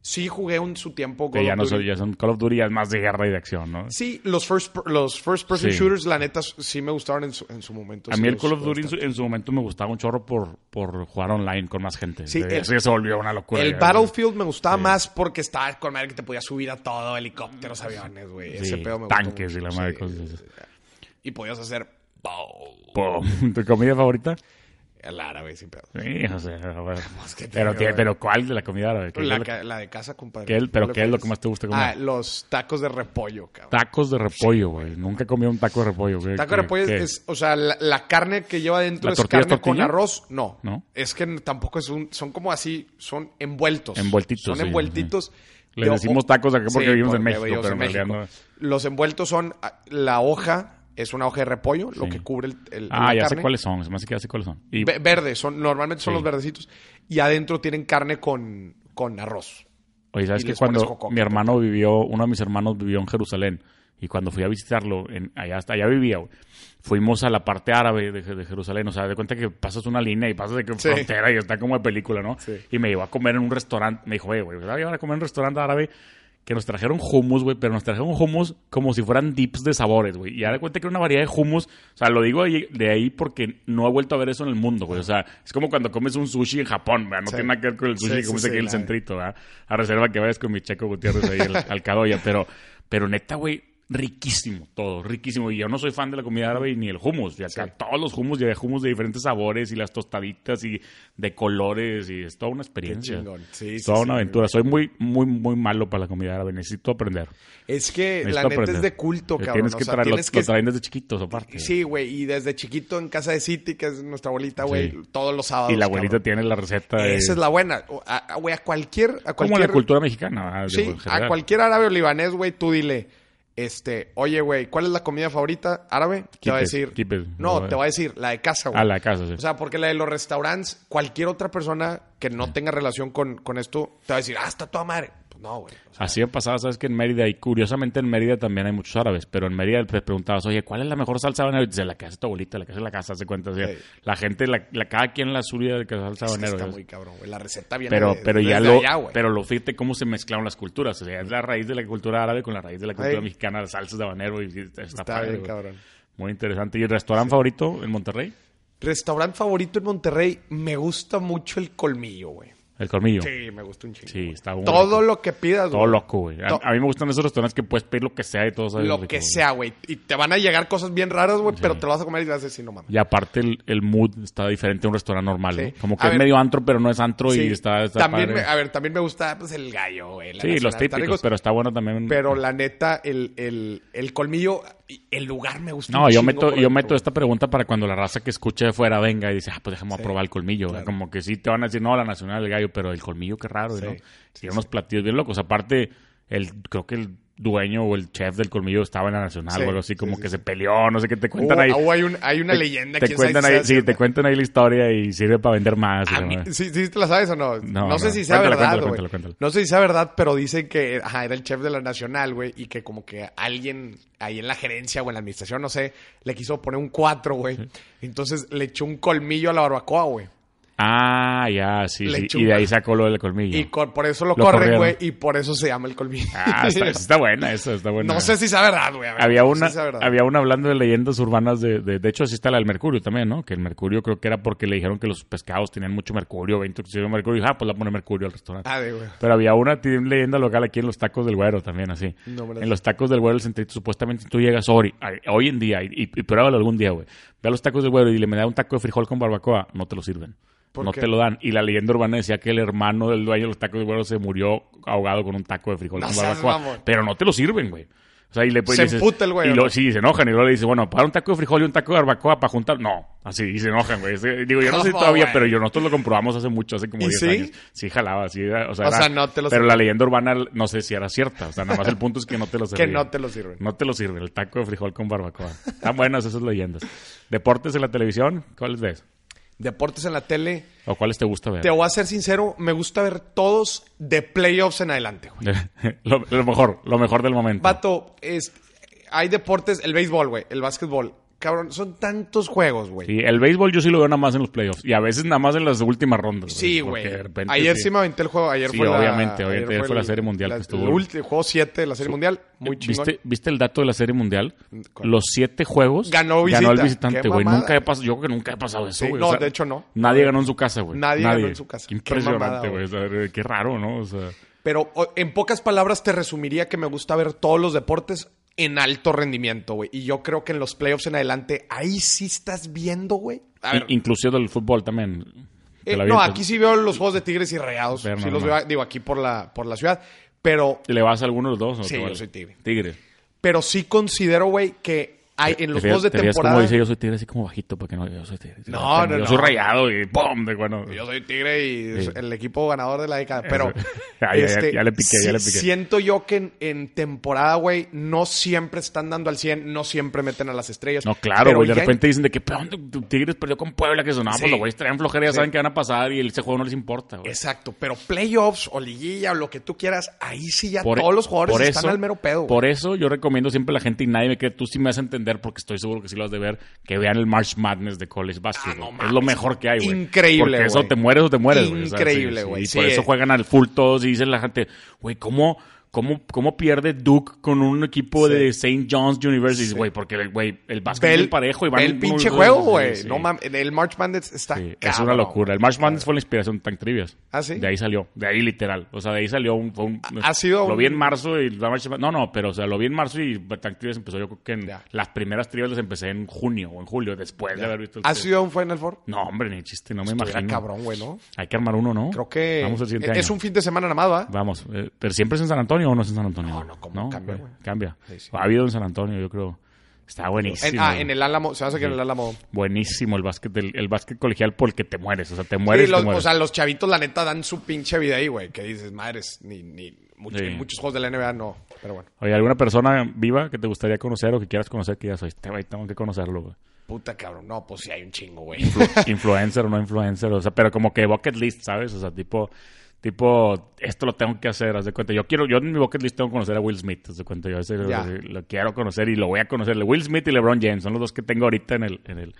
Sí jugué en su tiempo Que Call ya of no Duty. son, ya son Call of Duty, ya es más de guerra y de acción, ¿no? Sí, los first, per- los first person Sí. shooters, la neta, sí me gustaron en su, en su A momento. pues sí mí el los- Call of los Duty en su, en su momento me gustaba un chorro por, por jugar online con más gente. Sí, Sí, el- eso ya se volvió una locura. El ya, Battlefield me gustaba más porque estaba con madre que te podía subir a todo, helicópteros, aviones, güey. sí, Ese pedo me gustó Tanques mucho, y la madre sí. cosas. esas. Y podías hacer bow, [laughs] Pum. ¿Tu comida favorita? el árabe sin pedo. Sí, o sea, a [laughs] ver. Pues, que te pero, digo, tie- güey. pero ¿cuál de la comida árabe? ¿Qué La, es lo- ca- la de casa, compadre. ¿Qué es- pero ¿No le qué es lo fallas? que más te gusta comer? Ah, los tacos de repollo, cabrón. Tacos de repollo, güey. Nunca he comido un taco de repollo. güey. Taco de ¿Qué- repollo qué? pues, es, o sea, la, la carne que lleva dentro ¿La es tortilla carne es con tortilla? arroz. No, No. Es que n- tampoco es un, son como así, son envueltos. Envueltitos, Son sí, envueltitos. Le de- decimos tacos acá porque vivimos en México, pero en realidad Los envueltos son ah, la hoja, es una hoja de repollo, lo Sí. que cubre el, el- Ah, la ya sé carne. cuáles son. Se me hace que ya sé cuáles son. Y Ve- Verde, son, normalmente Sí. son los verdecitos. Y adentro tienen carne con, con arroz. Oye, ¿sabes Y que les pones cuando jocoque, mi hermano vivió, uno de mis hermanos vivió en Jerusalén, y cuando fui a visitarlo, en, allá, hasta allá vivía, güey, fuimos a la parte árabe de, Je- de Jerusalén, o sea, de cuenta que pasas una línea y pasas de que Sí. frontera y está como de película, ¿no? Sí. Y me llevó a comer en un restaurante, me dijo, "Oye, güey, ¿verdad? Iban a comer en un restaurante árabe que nos trajeron hummus, güey, pero nos trajeron hummus como si fueran dips de sabores, güey. Y ya de cuenta que era una variedad de hummus, o sea, lo digo ahí- de ahí porque no he vuelto a ver eso en el mundo, güey. O sea, es como cuando comes un sushi en Japón, ¿verdad? No Sí. tiene nada que ver con el sushi Sí, que comes sí, sí, aquí en el la- centrito poquito, ¿verdad? A reserva que vayas con mi Checo Gutiérrez ahí al, al Cadoya. Pero, pero neta, güey, riquísimo todo, riquísimo. Y yo no soy fan de la comida árabe y ni el hummus. Y acá todos los hummus, y hay hummus de diferentes sabores y las tostaditas y de colores. Y es toda una experiencia. chingón. Sí, sí, toda sí, una muy aventura. Soy muy, muy, muy malo para la comida árabe. Necesito aprender. Es que Necesito la neta aprender. es de culto, Eh, cabrón. Tienes o que sea, traerlo, tienes que lo traen desde chiquitos, aparte. Sí, güey, y desde chiquito en casa de City, que es nuestra abuelita, güey, Sí. todos los sábados. y la abuelita cabrón. tiene la receta. de- Esa es la buena. O- a- a- Güey, a, cualquier. A Como la cualquier cultura mexicana. ¿verdad? De- sí, en a general. cualquier árabe o libanés, güey, tú dile. Este, oye, güey, ¿cuál es la comida favorita árabe? te va Kipes, a decir. kipes. No, te va a decir la de casa, güey. A Ah, la casa, sí. O sea, porque la de los restaurantes, cualquier otra persona que no tenga relación con, con esto, te va a decir, ah, está toda madre. Pues no, güey. O sea, Así me pasaba, sabes que en Mérida, y curiosamente en Mérida también hay muchos árabes, pero en Mérida les preguntabas, oye, ¿cuál es la mejor salsa habanero? Y dice, la que hace tu abuelita, la que hace la casa, se cuenta. o sea, Sí. La gente, la, la- cada quien la suya de que salsa es que habanero. está ¿sabes? muy cabrón, güey. La receta viene Pero, de- pero ya desde lo, allá, güey. pero lo fíjate cómo se mezclaron las culturas. O sea, es la raíz de la cultura árabe con la raíz de la cultura Ay. mexicana, las salsas de habanero. Y, y está Está padre, bien, güey. cabrón. Muy interesante. ¿Y el restaurante favorito en Monterrey? Restaurante favorito en Monterrey, me gusta mucho el colmillo, güey. El Colmillo. Sí, me gusta un chingo. Sí, güey. está muy rico. Todo lo que pidas, Todo güey. loco, güey. A, To- a mí me gustan esos restaurantes que puedes pedir lo que sea y todo sabe Lo rico, que güey. sea, güey. Y te van a llegar cosas bien raras, güey, pero te lo vas a comer y vas a decir, no mames. Y aparte el, el mood está diferente a un restaurante normal, Sí. ¿no? Como que A es ver. medio antro, pero no es antro Sí. y está, está también padre. me- a ver, también me gusta pues, el gallo, güey. la sí, nacional, los está típicos, ricos, pero pero... está bueno también. la neta, el, el, el colmillo, y- el lugar me gusta. no, un yo chingo meto, por yo dentro, meto güey. esta pregunta para cuando la raza que escuche de fuera venga y dice, ah, pues déjame a probar el colmillo. Como que sí te van a decir, no, la nacional del gallo, pero el colmillo, qué raro, ¿no? y unos platillos bien locos. Aparte, el, creo que el dueño o el chef del colmillo estaba en la nacional Sí, o algo así, como sí, que se peleó, no sé qué te cuentan Oh, ahí. oh, hay, un- hay una Te- leyenda. te quién sabe cuentan si ahí, sea sí, cierta. te cuentan ahí la historia y sirve para vender más. A y mí- demás. ¿sí, sí te la sabes o no? No, No, sé no. si sea Cuéntala, verdad, cuéntala, güey. cuéntala, cuéntala. No sé si sea verdad, pero dicen que ajá, era el chef de la Nacional, güey, y que como que alguien ahí en la gerencia o en la administración, no sé, le quiso poner un 4, güey. Entonces le echó un colmillo a la barbacoa, güey. Ah, ya, sí, sí. Lechuga. Y de ahí sacó lo del colmillo. Y cor- por eso lo, Lo corren, corrieron. güey, y por eso se llama el colmillo. Ah, [laughs] está, está buena esa, está buena. no sé si sea verdad, güey. a ver, Había no una, sé si sea verdad. había una hablando de leyendas urbanas de, de, de hecho así está la del mercurio también, ¿no? Que el mercurio creo que era porque le dijeron que los pescados tenían mucho mercurio, 20 oxígeno de mercurio, y ah, pues la pone mercurio al restaurante. Ah, de güey. Pero había una tiene una leyenda local aquí en los tacos del güero también, así. No me la sé. en los tacos del güero, el centrito, supuestamente tú llegas hoy, ay, hoy en día, y, y, y pruébalo algún día, güey. ve a los tacos del güero y le me da un taco de frijol con barbacoa, no te lo sirven. ¿Por No qué? te lo dan. Y la leyenda urbana decía que el hermano del dueño de los tacos del güero se murió ahogado con un taco de frijol No con seas barbacoa. mamón. Pero no te lo sirven, güey. O sea, y le pues, Se y dices- emputa el güey, Y ¿o lo, no? sí, se enojan. Y luego le dice, bueno, para un taco de frijol y un taco de barbacoa para juntar. No, así, y se enojan, güey. Ese- Digo, yo no sé ¿Cómo, todavía, güey? pero yo nosotros lo comprobamos hace mucho, hace como ¿Y 10 sí? años. Sí, jalaba, sí. era- O sea, O era- sea, no te lo Pero sirven. la leyenda urbana no sé si era cierta. O sea, nada más el punto es que no [laughs] te lo Que servían. no te lo sirven. No te lo sirven, el taco de frijol con barbacoa. Están buenas esas leyendas. ¿Deportes en la televisión? ¿Cuáles ves? Deportes en la tele. ¿O cuáles te gusta ver? Te voy a ser sincero, me gusta ver todos de playoffs en adelante, güey. [laughs] lo, lo mejor, lo mejor del momento. Vato, es, hay deportes, el béisbol, güey, el básquetbol. Cabrón, son tantos juegos, güey. Sí, el béisbol yo sí lo veo nada más en los playoffs. Y a veces nada más en las últimas rondas. Sí, pues, porque güey. de repente Ayer sí. sí. me aventé el juego. Ayer Sí, fue la- obviamente, obviamente, ayer fue la el- Serie Mundial que la- estuvo. El ulti- juego 7 de la Serie Mundial. Muy chingón. Eh, ¿Viste, ¿Viste el dato de la Serie Mundial? ¿Cuál? Los siete juegos Ganó visita. el visitante, Qué güey. mamada. Nunca he pasado, yo creo que nunca he pasado eso, Sí, güey. no, de hecho, no. Nadie ganó en su casa, güey. Nadie ganó en su casa. Qué Qué impresionante, mamada, güey. O sea, qué raro, ¿no? O sea, Pero o- en pocas palabras te resumiría que me gusta ver todos los deportes en alto rendimiento, güey. Y yo creo que en los playoffs en adelante, ahí sí estás viendo, güey. A ver, in- incluso del fútbol también. Te eh, la no, avientas. aquí sí veo los juegos de Tigres y Rayados. Pero sí no, los no. veo, digo, aquí por la, por la ciudad. Pero, ¿Le vas a alguno de los dos? o Sí, te yo vale? soy tigre. Tigre. pero sí considero, güey, que hay en los juegos de temporada... como dice, yo soy tigre así como bajito, porque no, yo soy tigre. No, no, Yo no. soy rayado y ¡pum! De bueno. Yo soy Tigre y Sí. el equipo ganador de la década. [laughs] Pero. este, Eso. Ya, ya, ya le piqué, ya le piqué. Siento yo que en, en temporada, güey, no siempre están dando al 100, no siempre meten a las estrellas. No, claro, Pero güey. De ya en- repente dicen de que "Pero, tu Tigres perdió con Puebla, que sonaba, pues Sí. los güeyes traen flojera, ya Sí. saben que van a pasar y ese juego no les importa, güey. Exacto, pero playoffs o liguilla o lo que tú quieras, ahí sí ya Por- e- todos los jugadores por están eso- al mero pedo. güey. Por eso yo recomiendo siempre a la gente, y nadie me cree, tú sí me vas a entender, porque estoy seguro que sí lo has de ver, que vean el March Madness de College Basketball. Ah, no es mames. lo mejor que hay, güey. Increíble, Porque eso güey. te mueres o te mueres, güey. O sea, sí, Increíble, sí. güey. Y Sí, por eso eh. juegan al full todos y dicen la gente, güey, ¿cómo, cómo, ¿cómo pierde Duke con un equipo Sí. de St. John's University? Güey, porque, güey, el básquet es Ve el, bien parejo y ve van el muy- pinche muy- juego, sí, güey. sí. No mames, el March Madness está. Sí, es Ah, cabrón. una locura. El March Madness fue la inspiración de Tank Trivias. ¿Ah, sí? De ahí salió, de ahí literal. O sea, de ahí salió un... fue un- Ha- ha sido Lo vi un- en marzo y... la March Madness- No, no, pero o sea, lo vi en marzo y Tank Trivias empezó yo creo que en... Ya. Las primeras trivias las empecé en junio o en julio, después de haber visto el... ¿Ha sido un Final Four? No, hombre, ni chiste, no me Estuviera imagino. cabrón, güey, ¿no? Hay que armar uno, ¿no? Creo que. e-, Vamos el siguiente es año. un fin de semana nada más, ¿va? Vamos, eh, pero siempre es en San Antonio o no es en San Antonio. No, no, ¿cómo? Cambia, Güey, güey. Cambia. Sí, sí. Ha habido en San Antonio, yo creo. Está buenísimo. En- ah, güey. en el Álamo. Se hace que en el Álamo. Buenísimo el básquet, del- el, básquet colegial porque te mueres, o sea, te mueres. Sí, los- te mueres. o sea, los chavitos, la neta, dan su pinche vida ahí, güey. Que dices, madres, ni, ni mucho- Sí. en muchos juegos de la NBA no. Pero bueno, Oye, ¿alguna persona viva que te gustaría conocer o que quieras conocer que ya soy este güey? Tengo que conocerlo, [laughs] güey. puta cabrón. No, pues sí hay un chingo, güey. Influ- influencer o no influencer, o sea, pero como que bucket list, ¿sabes? O sea, tipo, tipo, esto lo tengo que hacer, haz de cuenta. Yo quiero, yo en mi bucket list tengo que conocer a Will Smith, haz de cuenta. Yo ese, Ya. lo quiero conocer y lo voy a conocer. Will Smith y LeBron James son los dos que tengo ahorita en el, en el,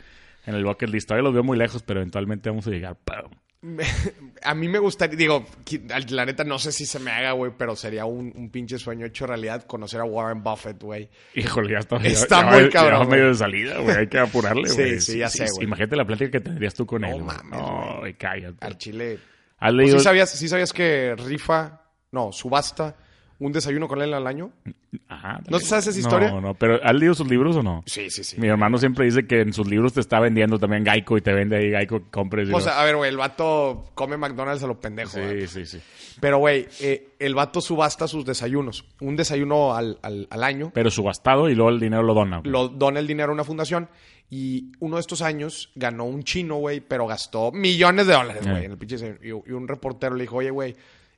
en el bucket list. Todavía los veo muy lejos, pero eventualmente vamos a llegar. ¡Pam! Me- [laughs] a mí me gustaría, digo, qui- al- la neta, no sé si se me haga, güey, pero sería un, un pinche sueño hecho realidad conocer a Warren Buffett, güey. Híjole, ya está, ya- Está ya muy va- ya cabrón, va güey. medio de salida, güey. Hay que apurarle, Sí, güey. sí, ya sé, güey. Imagínate la plática que tendrías tú con No él. güey. mames, No, güey, cállate. Al Chile. ¿Has ¿Sí leído- sabías, sí sabías que rifa, no, subasta un desayuno con él al año? Ajá, ¿No también. sabes esa historia? No, no, pero ¿has leído sus libros o no? Sí, sí, sí. Mi hermano siempre dice que en sus libros te está vendiendo también Geico y te vende ahí Geico que compres. y O lo- sea, a ver, güey, el vato come McDonald's a lo pendejo. güey. sí, sí, sí. Pero, güey, eh, el vato subasta sus desayunos. Un desayuno al, al- al año. Pero subastado y luego el dinero lo dona. güey. Lo dona el dinero a una fundación. Y uno de estos años ganó un chino, güey, pero gastó millones de dólares, Ah. güey, en el pinche desayuno. Y, y un reportero le dijo, oye, güey,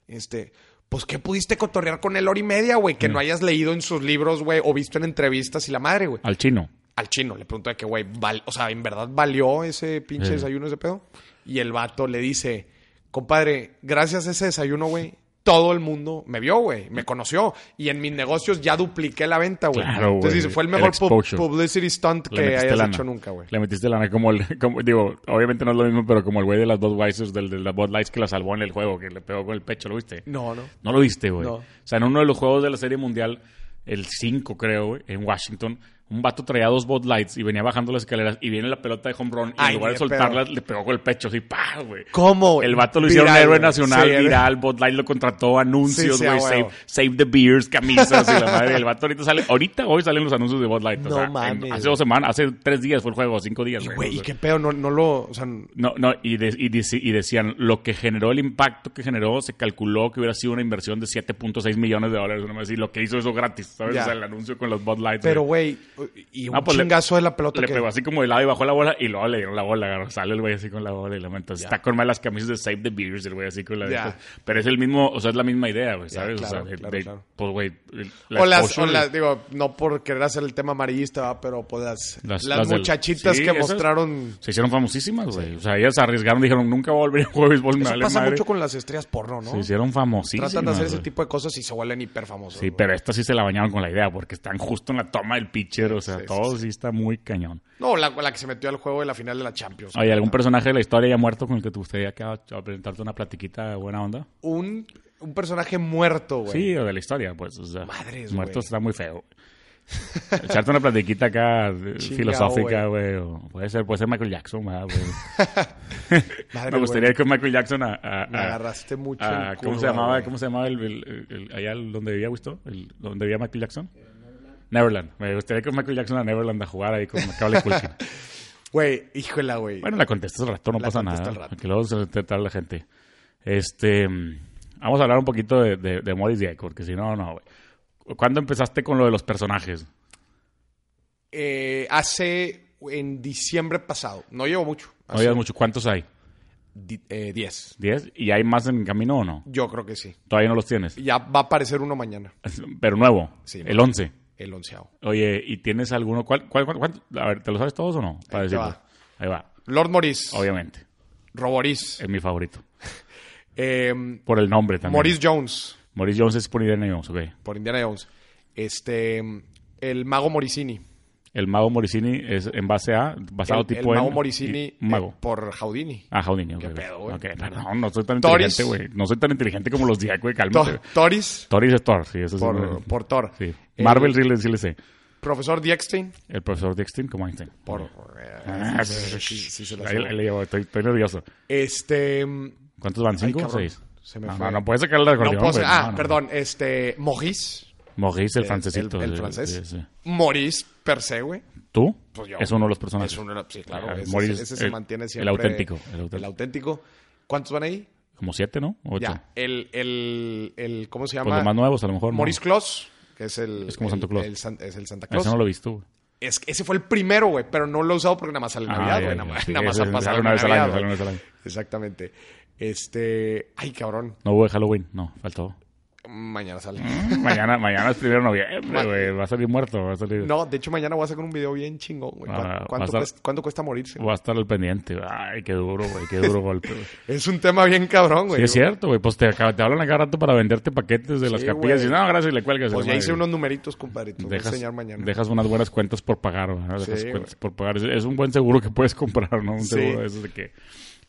este... Pues, ¿qué pudiste cotorrear con él hora y media, güey? Que no hayas leído en sus libros, güey, o visto en entrevistas y la madre, güey. Al chino. Al chino le preguntó de que, güey, val- o sea, ¿en verdad valió ese pinche Sí. desayuno, ese pedo? Y el vato le dice, compadre, gracias a ese desayuno, güey, todo el mundo me vio, güey, me conoció. Y en mis negocios ya dupliqué la venta, güey. Claro, güey. Entonces dice, fue el El mejor pu- exposure. publicity stunt Le que metiste hayas lana. hecho nunca, güey. Le metiste lana como el... Como, digo, obviamente no es lo mismo, pero como el güey de las Budweiser, del de las Bud Lights que la salvó en el juego, que le pegó con el pecho, ¿lo viste? No, no. No lo viste, güey. No. O sea, en uno de los juegos de la Serie Mundial, el 5 creo, güey, en Washington, un vato traía dos bot lights y venía bajando las escaleras y viene la pelota de home run y en Ay, lugar de ni de soltarla le pegó con el pecho así, ¡pah, güey! ¿Cómo? El vato lo Viral, hicieron héroe güey. nacional, Sí, el- viral, Bot Light lo contrató, anuncios, Sí, sí, a güey, save, huevo. save the beers, camisas y la madre. El vato ahorita sale, ahorita hoy salen los anuncios de Bot Light. o No sea, en- mames. hace dos semanas, hace tres días fue el juego, cinco días. Y, güey. güey, ¿y O sea, qué pedo? No, no lo... O sea, n- no, no, y, de- y, dice- y decían, lo que generó el impacto que generó, se calculó que hubiera sido una inversión de 7.6 millones de dólares. No me decir, lo que hizo eso gratis, ¿sabes? Ya. O sea, el anuncio con los Bud Lights. pero, güey. güey, y un Ah, pues le- chingazo de la pelota Le que... pegó así como de lado y bajó la bola y luego le dieron la bola. agarró- Sale el güey así con la bola y la menta. Está con más las camisas de Save the Beers, el güey así con la de Ya. estas. Pero es el mismo, o sea, es la misma idea, güey, Ya, ¿sabes? o claro, sea, de- claro, de- claro. pues, güey. el- la O las, o exposure- las, digo, no por querer hacer el tema amarillista, ¿va? pero pues las, las, del- muchachitas Sí, que esas mostraron... Se hicieron famosísimas, güey. O sea, ellas se arriesgaron, dijeron, nunca voy a volver a jugar a béisbol. me Eso vale pasa madre". mucho con las estrellas porno, ¿no? Se hicieron famosísimas. Tratan de hacer ese güey. tipo de cosas y se vuelven hiper famosos. Sí, pero estas sí se la bañaron con la idea porque están justo en la toma del pitcher. O sea, Sí, sí, todo sí está muy cañón. No, la, la que se metió al juego de la final de la Champions. Oye, ¿algún personaje de la historia ya muerto con el que te gustaría que- a- a presentarte una platiquita de buena onda? Un, un personaje muerto, güey. Sí, o de la historia, pues. O sea, Madres, muerto güey. está muy feo. [laughs] Echarte una platiquita acá eh, Chingao, filosófica, güey. o Puede ser, puede ser Michael Jackson, ¿verdad, güey? [laughs] Madre, [laughs] Me gustaría güey, ir con Michael Jackson a. a- Me a- agarraste mucho. a- en ¿Cómo curva, se llamaba? güey. ¿Cómo se llamaba el, el- el- allá el- donde vivía Wisto? El, ¿Donde vivía Michael Jackson? Neverland. Me gustaría ir con Michael Jackson a Neverland a jugar ahí con Macaulay Culkin. Güey, híjola, güey. Bueno, la contestas al rato, no La pasa contesto nada. al rato. Que luego se tratar la gente. Este, mm, vamos a hablar un poquito de, de, de Morris Dieck, porque si no, no, güey. ¿Cuándo empezaste con lo de los personajes? Eh, hace en diciembre pasado. No llevo mucho. No habías hace mucho. ¿Cuántos hay? di- eh, 10. ¿Diez? ¿Y hay más en camino o no? Yo creo que sí. Todavía no los tienes. Ya va a aparecer uno mañana, Pero nuevo. Sí, el no. once. el onceavo. Oye, ¿y tienes alguno? ¿Cuál, cuál, cuál- cuál- A ver, ¿te lo sabes todos o no? Para Ahí te decirlo. va. Ahí va. Lord Morris, Obviamente. Roboris, Es mi favorito. eh, Por el nombre también. Morris Jones, Morris Jones es por Indiana Jones, ok. por Indiana Jones. Este, el mago Moricini. El mago Morricini es en base a... Basado el, el tipo en... mago Moricini y- mago. eh, por Houdini. Ah, Houdini. ¿Qué ok, pedo, ok. güey? Ok, perdón, no soy tan Toris. inteligente, güey. No soy tan inteligente como los Diac, güey, To- cálmate. Toris, Toris es Thor, sí, eso sí por, me- por eh, Thor. Sí. El Marvel sí le, sí le sé. Profesor Diekstein, El profesor Dextin como Einstein. por... Ah, eh, sí, sí, sí, se la ahí- subo. ahí le llevo, estoy, estoy nervioso. Este... No ¿Cuántos van? ¿Cinco o cabrón, seis? se me no, fue. no, no puedes sacar la recorrido. puedo ser- Ah, perdón, este... Maurice. Maurice, el, el- francesito. El, sí, francés. sí, sí. Morris, per se, güey. ¿Tú? Pues yo. Es uno de los personajes. Es uno de los- sí, claro. Ah, ese, Morris, ese se el- mantiene el siempre. auténtico, el auténtico. El auténtico. ¿Cuántos van ahí? Como siete, ¿no? Ocho. Ya. El, el, el, ¿cómo se llama? Pues los más nuevos, a lo mejor. ¿no? Morris Claus, que es el. Es como el- Santa Claus. el San- es el Santa Claus. Ese no lo he visto, güey. Es que ese fue el primero, güey, pero no lo he usado porque nada más sale en Ah, Navidad, ya, güey. ya, Nada, más- sí, nada más ese ha sale pasado una en vez al año, Navidad, sale una güey. vez al año. Exactamente. Este. Ay, cabrón. No hubo de Halloween, no, faltó. Mañana sale. mañana, mañana es primero de noviembre, Ma- güey. Va a salir muerto, va a salir. No, de hecho, mañana voy a sacar un video bien chingón, güey. ¿Cuán- Ah, ¿Cuánto, vas a- cuesta, cuánto cuesta morirse? Va a estar al pendiente. Ay, qué duro, güey. Qué duro [laughs] golpe, güey. Sí, Es un tema bien cabrón, güey. es cierto, güey. Pues te, acá- te hablan a cada rato para venderte paquetes de las Sí, capillas. güey. Y no, gracias, y le cuelgas. la Pues ya madre, hice güey. unos [laughs] numeritos, compadrito. Voy a enseñar mañana. dejas unas buenas cuentas por pagar, güey, ¿no? Dejas Sí, cuentas por pagar. Es, es un buen seguro que puedes comprar, ¿no? Un Sí. seguro de esos de que.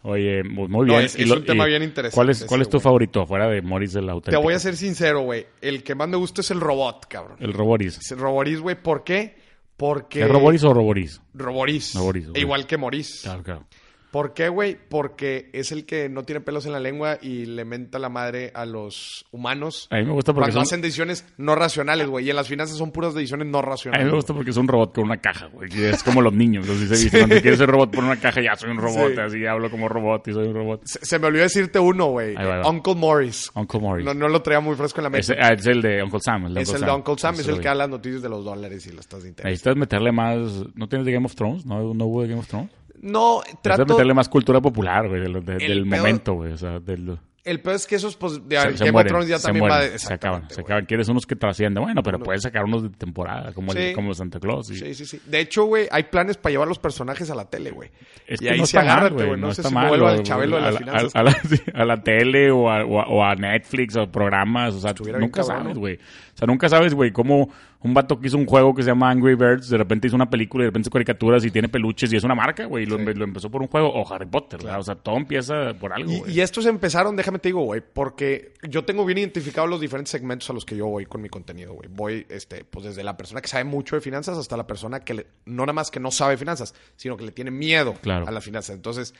Oye, muy, muy bien. es- Y es un tema bien interesante ¿Cuál es, ese, cuál es tu güey. favorito fuera de Morris el Te auténtico? voy a ser sincero, güey. El que más me gusta es el robot, cabrón. El Roboris. Es El Roboris, güey. ¿Por qué? Porque... ¿Es Roboris o Roboris? Ah, Roboris. Roboris, güey. Igual que Moris. Claro, claro. ¿Por qué, güey? Porque es el que no tiene pelos en la lengua y le menta la madre a los humanos. A mí me gusta porque son, Cuando hacen decisiones no racionales, güey. Y en las finanzas son puras decisiones no A mí racionales. me gusta porque es un robot con una caja, güey. que Es como los niños, así se dice. Cuando quieres ser robot, pon una caja, ya soy un robot. Sí. Así hablo como robot y soy un robot. Se, se me olvidó decirte uno, güey. Ahí va, ahí va. Uncle Morris. Uncle Morris. No, no lo traía muy fresco en la es, mente. ah, es el de Uncle Sam. El de es Uncle el Sam. de Uncle Sam, Ese es el lo que vi. da las noticias de los dólares y las tasas de interés. Necesitas meterle más... ¿No tienes de Game of Thrones? ¿No, no hubo de Game of Thrones? No, trato... Necesitas meterle más cultura popular, güey. de lo- de- El del peor- momento, güey. O sea, del... El peor es que esos, pues, de se- Game se of mueren, Thrones ya se también mueren, va de- se acaban, Exactamente, se güey. acaban. Quieres unos que trasciendan. Bueno, pero puedes sacar unos de temporada, como, el- Sí. como Santa Claus. y- Sí, sí, sí. De hecho, güey, hay planes para llevar los personajes a la tele, güey. Es y que ahí no sí está mal, agárrate, güey, güey. No, sé está si mal, me vuelvo güey, al chabelo de a las la- finanzas. A, a la, sí, [laughs] a la tele o a, o a- o a Netflix o programas, o sea, Estuviera bien nunca cabrón, sabes, ¿no? güey. O sea, nunca sabes, güey, cómo un vato que hizo un juego que se llama Angry Birds, de repente hizo una película y de repente hizo caricaturas y tiene peluches y es una marca, güey. y Lo, Sí. empe- lo empezó por un juego o Harry Potter, ¿verdad? O sea, todo empieza por algo, Y, güey. y estos empezaron, déjame te digo, güey, porque yo tengo bien identificados los diferentes segmentos a los que yo voy con mi contenido, güey. Voy, este, pues desde la persona que sabe mucho de finanzas hasta la persona que le- no nada más que no sabe finanzas, sino que le tiene miedo Claro. a las finanzas. Entonces,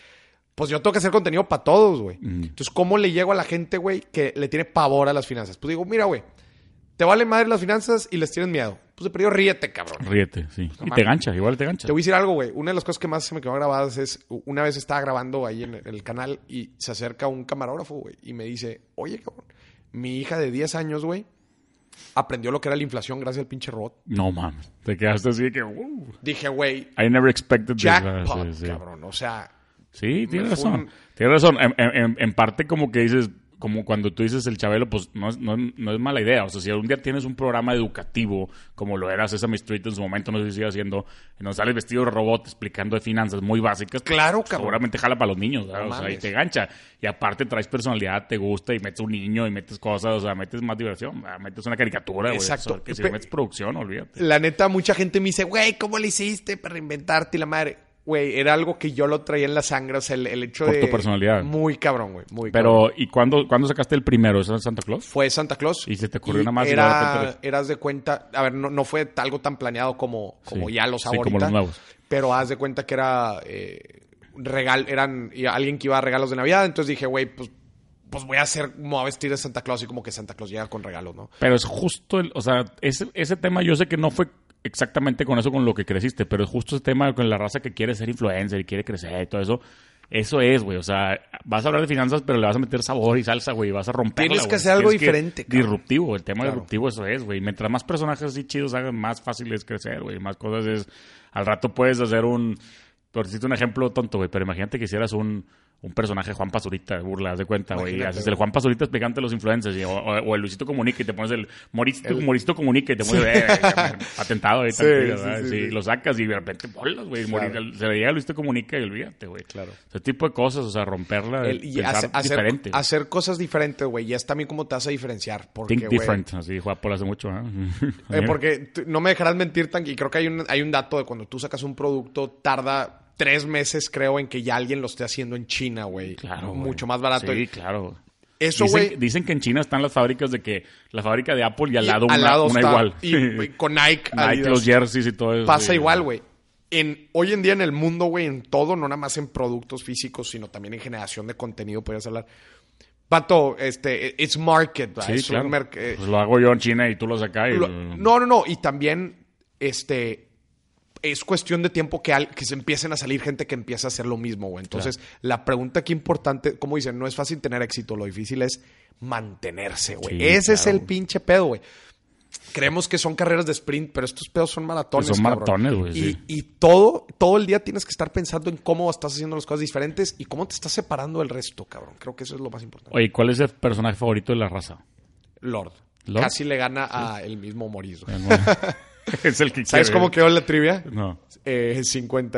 pues yo tengo que hacer contenido para todos, güey. Entonces, ¿cómo le llego a la gente, güey, que le tiene pavor a las finanzas? Pues digo, mira, güey, te valen madre las finanzas y les tienes miedo. Pues de perdido, ríete, cabrón. Ríete, sí. Y te Pues mames. gancha, igual te gancha. Te voy a decir algo, güey. Una de las cosas que más se me quedó grabadas es una vez estaba grabando ahí en el canal y se acerca un camarógrafo, güey, y me dice, oye, cabrón, mi hija de 10 años, güey, aprendió lo que era la inflación gracias al pinche robot. No mames. Te quedaste así de que, uh, Dije, güey, I never expected this. ¿verdad? jackpot, Sí, sí. cabrón. O sea, Sí, tienes Me fue razón. un- Tienes razón. En, en- en- en parte como que dices, como cuando tú dices el Chabelo, pues no, es- no, es- no es mala idea. O sea, si algún día tienes un programa educativo, como lo era Sesame Street en su momento, no sé si sigue haciendo, en donde sales vestido de robot explicando de finanzas muy básicas. Claro, pues, cabrón. Seguramente jala para los niños, ¿verdad? No o sea, y mames. te gancha. Y aparte traes personalidad, te gusta, y metes un niño, y metes cosas, o sea, metes más diversión, ¿verdad? metes una caricatura, güey. Exacto. O sea, que si Pe- le metes producción, olvídate. la neta, mucha gente me dice, güey, ¿cómo le hiciste para reinventarte y la madre? Güey, era algo que yo lo traía en la sangre, o sea, el, el hecho Por de... tu personalidad. Muy cabrón, güey, muy cabrón. Pero, ¿y cuándo, cuándo sacaste el primero? ¿Eso en Santa Claus? Fue Santa Claus. Y se te ocurrió nada más y de Era, repente eras de cuenta, a ver, no, no fue algo tan planeado como, como Sí, ya los sí, hago como los ahorita, nuevos. Pero haz de cuenta que era eh, regal, eran y alguien que iba a regalos de Navidad. Entonces dije, güey, pues, pues voy a hacer, me voy a vestir de Santa Claus y como que Santa Claus llega con regalos, ¿no? Pero es justo, el, o sea, ese, ese tema yo sé que no fue exactamente con eso con lo que creciste, pero es justo ese tema con la raza que quiere ser influencer y quiere crecer y todo eso. Eso es, güey. O sea, vas a hablar de finanzas, pero le vas a meter sabor y salsa, güey. y Vas a romper. Tienes que hacer algo diferente, cabrón. Disruptivo. El tema Claro. disruptivo, eso es, güey. Mientras más personajes así chidos hagan, más fácil es crecer, güey. Más cosas es. Al rato puedes hacer un. Por decirte un ejemplo tonto, güey. Pero imagínate que hicieras un, un personaje Juan Pazurita, de burla, haz de cuenta, güey. Y Imagínate, haces güey. el Juan Pazurita explicante a los influencers. y- o, o- o el Luisito Comunica y te pones el Moristo, Moristo Comunica y te pones. eh, eh, patentado, ahí, [laughs] Sí, tranquilo, sí, ¿verdad? sí, Sí, sí. Lo sacas y de repente bolas, güey. Claro. Morir- Se le llega a Luisito Comunica y olvídate, güey. Claro. Ese tipo de cosas, o sea, romperla. El- y pensar hace- hacer, diferente. hacer cosas diferentes, güey. Y es también como te vas a diferenciar. Porque, Think güey, different, así dijo Apple hace mucho. ¿eh? [laughs] Eh, porque tú- no me dejarás mentir, tan, y creo que hay un, hay un dato de cuando tú sacas un producto, tarda tres meses, creo, en que ya alguien lo esté haciendo en China, güey. Claro. güey. Mucho más barato. Sí, Y- claro. Eso, dicen, güey. dicen que en China están las fábricas de que la fábrica de Apple y al y lado una, una está- igual. [laughs] Y, y con Nike, Nike, Adidas, los jerseys y todo eso. pasa sí. igual, güey. En, hoy en día en el mundo, güey, en todo, no nada más en productos físicos, sino también en generación de contenido, podrías hablar. Pato, este, it's market, ¿verdad? Sí, Es un claro. merc- eh, Pues lo hago yo en China y tú lo sacas. y- lo- no, no, no. Y también, este. Es cuestión de tiempo que, al- que se empiecen a salir gente que empieza a hacer lo mismo, güey. Entonces, la pregunta aquí importante, como dicen, no es fácil tener éxito, lo difícil es mantenerse, güey. Sí, Ese es claro. el pinche pedo, güey. Creemos que son carreras de sprint, pero estos pedos son maratones. Pues Son cabrón. maratones, güey, Y, sí. y todo, todo el día tienes que estar pensando en cómo estás haciendo las cosas diferentes y cómo te estás separando del resto, cabrón. Creo que eso es lo más importante. Oye, ¿cuál es el personaje favorito de la raza? Lord. Lord. Casi le gana a el mismo Morismo. [laughs] es el que ¿Sabes quiere. cómo quedó la trivia? No. Eh,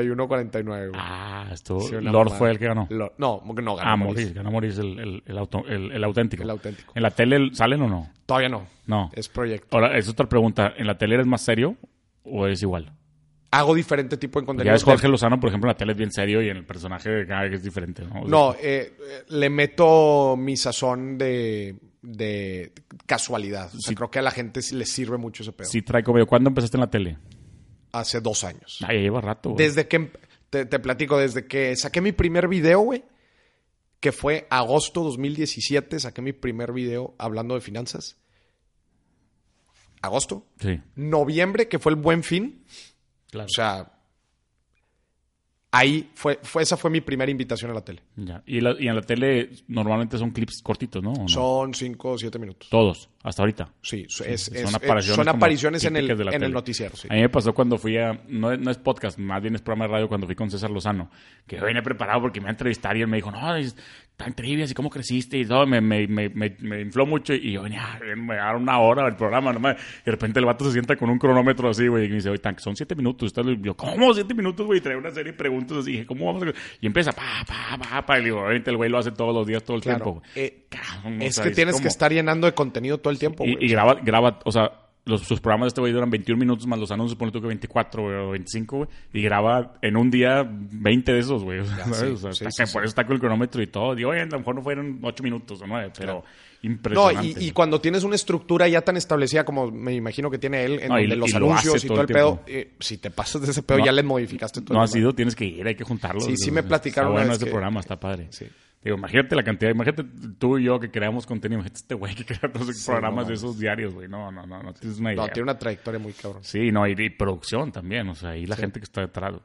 51-49, güey. Ah, esto. Sí, una Lord mamada. fue el que ganó. Lord- no, no ganó. ah, Maurice. Morris. Ganó Morris el, el, el auto- el- el auténtico. El auténtico. Eh. ¿En la tele salen o no? Todavía no. No. Es proyecto. Ahora, es otra pregunta. ¿En la tele eres más serio o es igual? Hago diferente tipo de Ya contenido. ves, Jorge Lozano, por ejemplo, en la tele es bien serio y en el personaje de cada que es diferente, ¿no? O sea, No, eh, eh, le meto mi sazón de, de casualidad. O sea, creo que a la gente sí le sirve mucho ese pedo. Sí, trae como yo. ¿Cuándo empezaste en la tele? Hace dos años. Ah, ya lleva rato. güey. Desde que em- te, te platico, desde que saqué mi primer video, güey, que fue agosto 2017, saqué mi primer video hablando de finanzas. Agosto. Sí. Noviembre, que fue el buen fin. Claro. O sea, ahí fue, fue esa fue mi primera invitación a la tele. Ya. Y, la- y en la tele normalmente son clips cortitos, ¿no? ¿O no? Son cinco o siete minutos. Todos, hasta ahorita. Sí, es- es- son es- son apariciones apariciones, como en, el, típicas de la en el tele. noticiero. sí. A mí me pasó cuando fui a. No, es- no es podcast, más bien es programa de radio cuando fui con César Lozano. Que yo venía preparado porque me iba a entrevistar y él me dijo, no, es tan trivias y cómo creciste y todo. Me, me, me, me, me infló mucho y yo venía, ah, me dar una hora del programa nomás. Y de repente el vato se sienta con un cronómetro así, güey, y me dice, oye, tan, son siete minutos. Estás- Yo, ¿cómo siete minutos, güey? Y trae una serie de preguntas así. Dije, ¿cómo vamos a.? Y empieza, pa, pa, pa, pa. Y le digo, obviamente el güey lo hace todos los días, todo el Claro. tiempo. güey. Eh, Cabrón, o es sea, que tienes como- que estar llenando de contenido todo el tiempo. y, güey. y graba, graba, o sea, los, sus programas de este güey duran 21 minutos más los anuncios, ponle tú que 24 güey, o 25, güey. Y graba en un día 20 de esos, güey. [laughs] o sea, Ya, ¿sabes? sí, O sea, sí, está sí, que sí. Por eso está con el cronómetro y todo. Digo, oye, a lo mejor no fueron 8 minutos o 9, pero Claro. No, impresionante. y, y cuando tienes una estructura ya tan establecida como me imagino que tiene él, en No, y- donde y los lo anuncios hace y todo todo el el pedo, tiempo. eh, si te pasas de ese pedo, No. ya le modificaste todo No ha el tema. sido, tienes que ir, hay que juntarlo. Sí, sí me platicaron Está una bueno vez ese que- programa, está padre. Sí. Digo, imagínate la cantidad, imagínate tú y yo que creamos contenido, imagínate este güey que crea todos esos Sí, programas no de mames. esos diarios, güey. No, no, no, no tienes una idea. No, tiene una trayectoria muy cabrón. Sí, no, y, y producción también, o sea, y la gente que está detrás.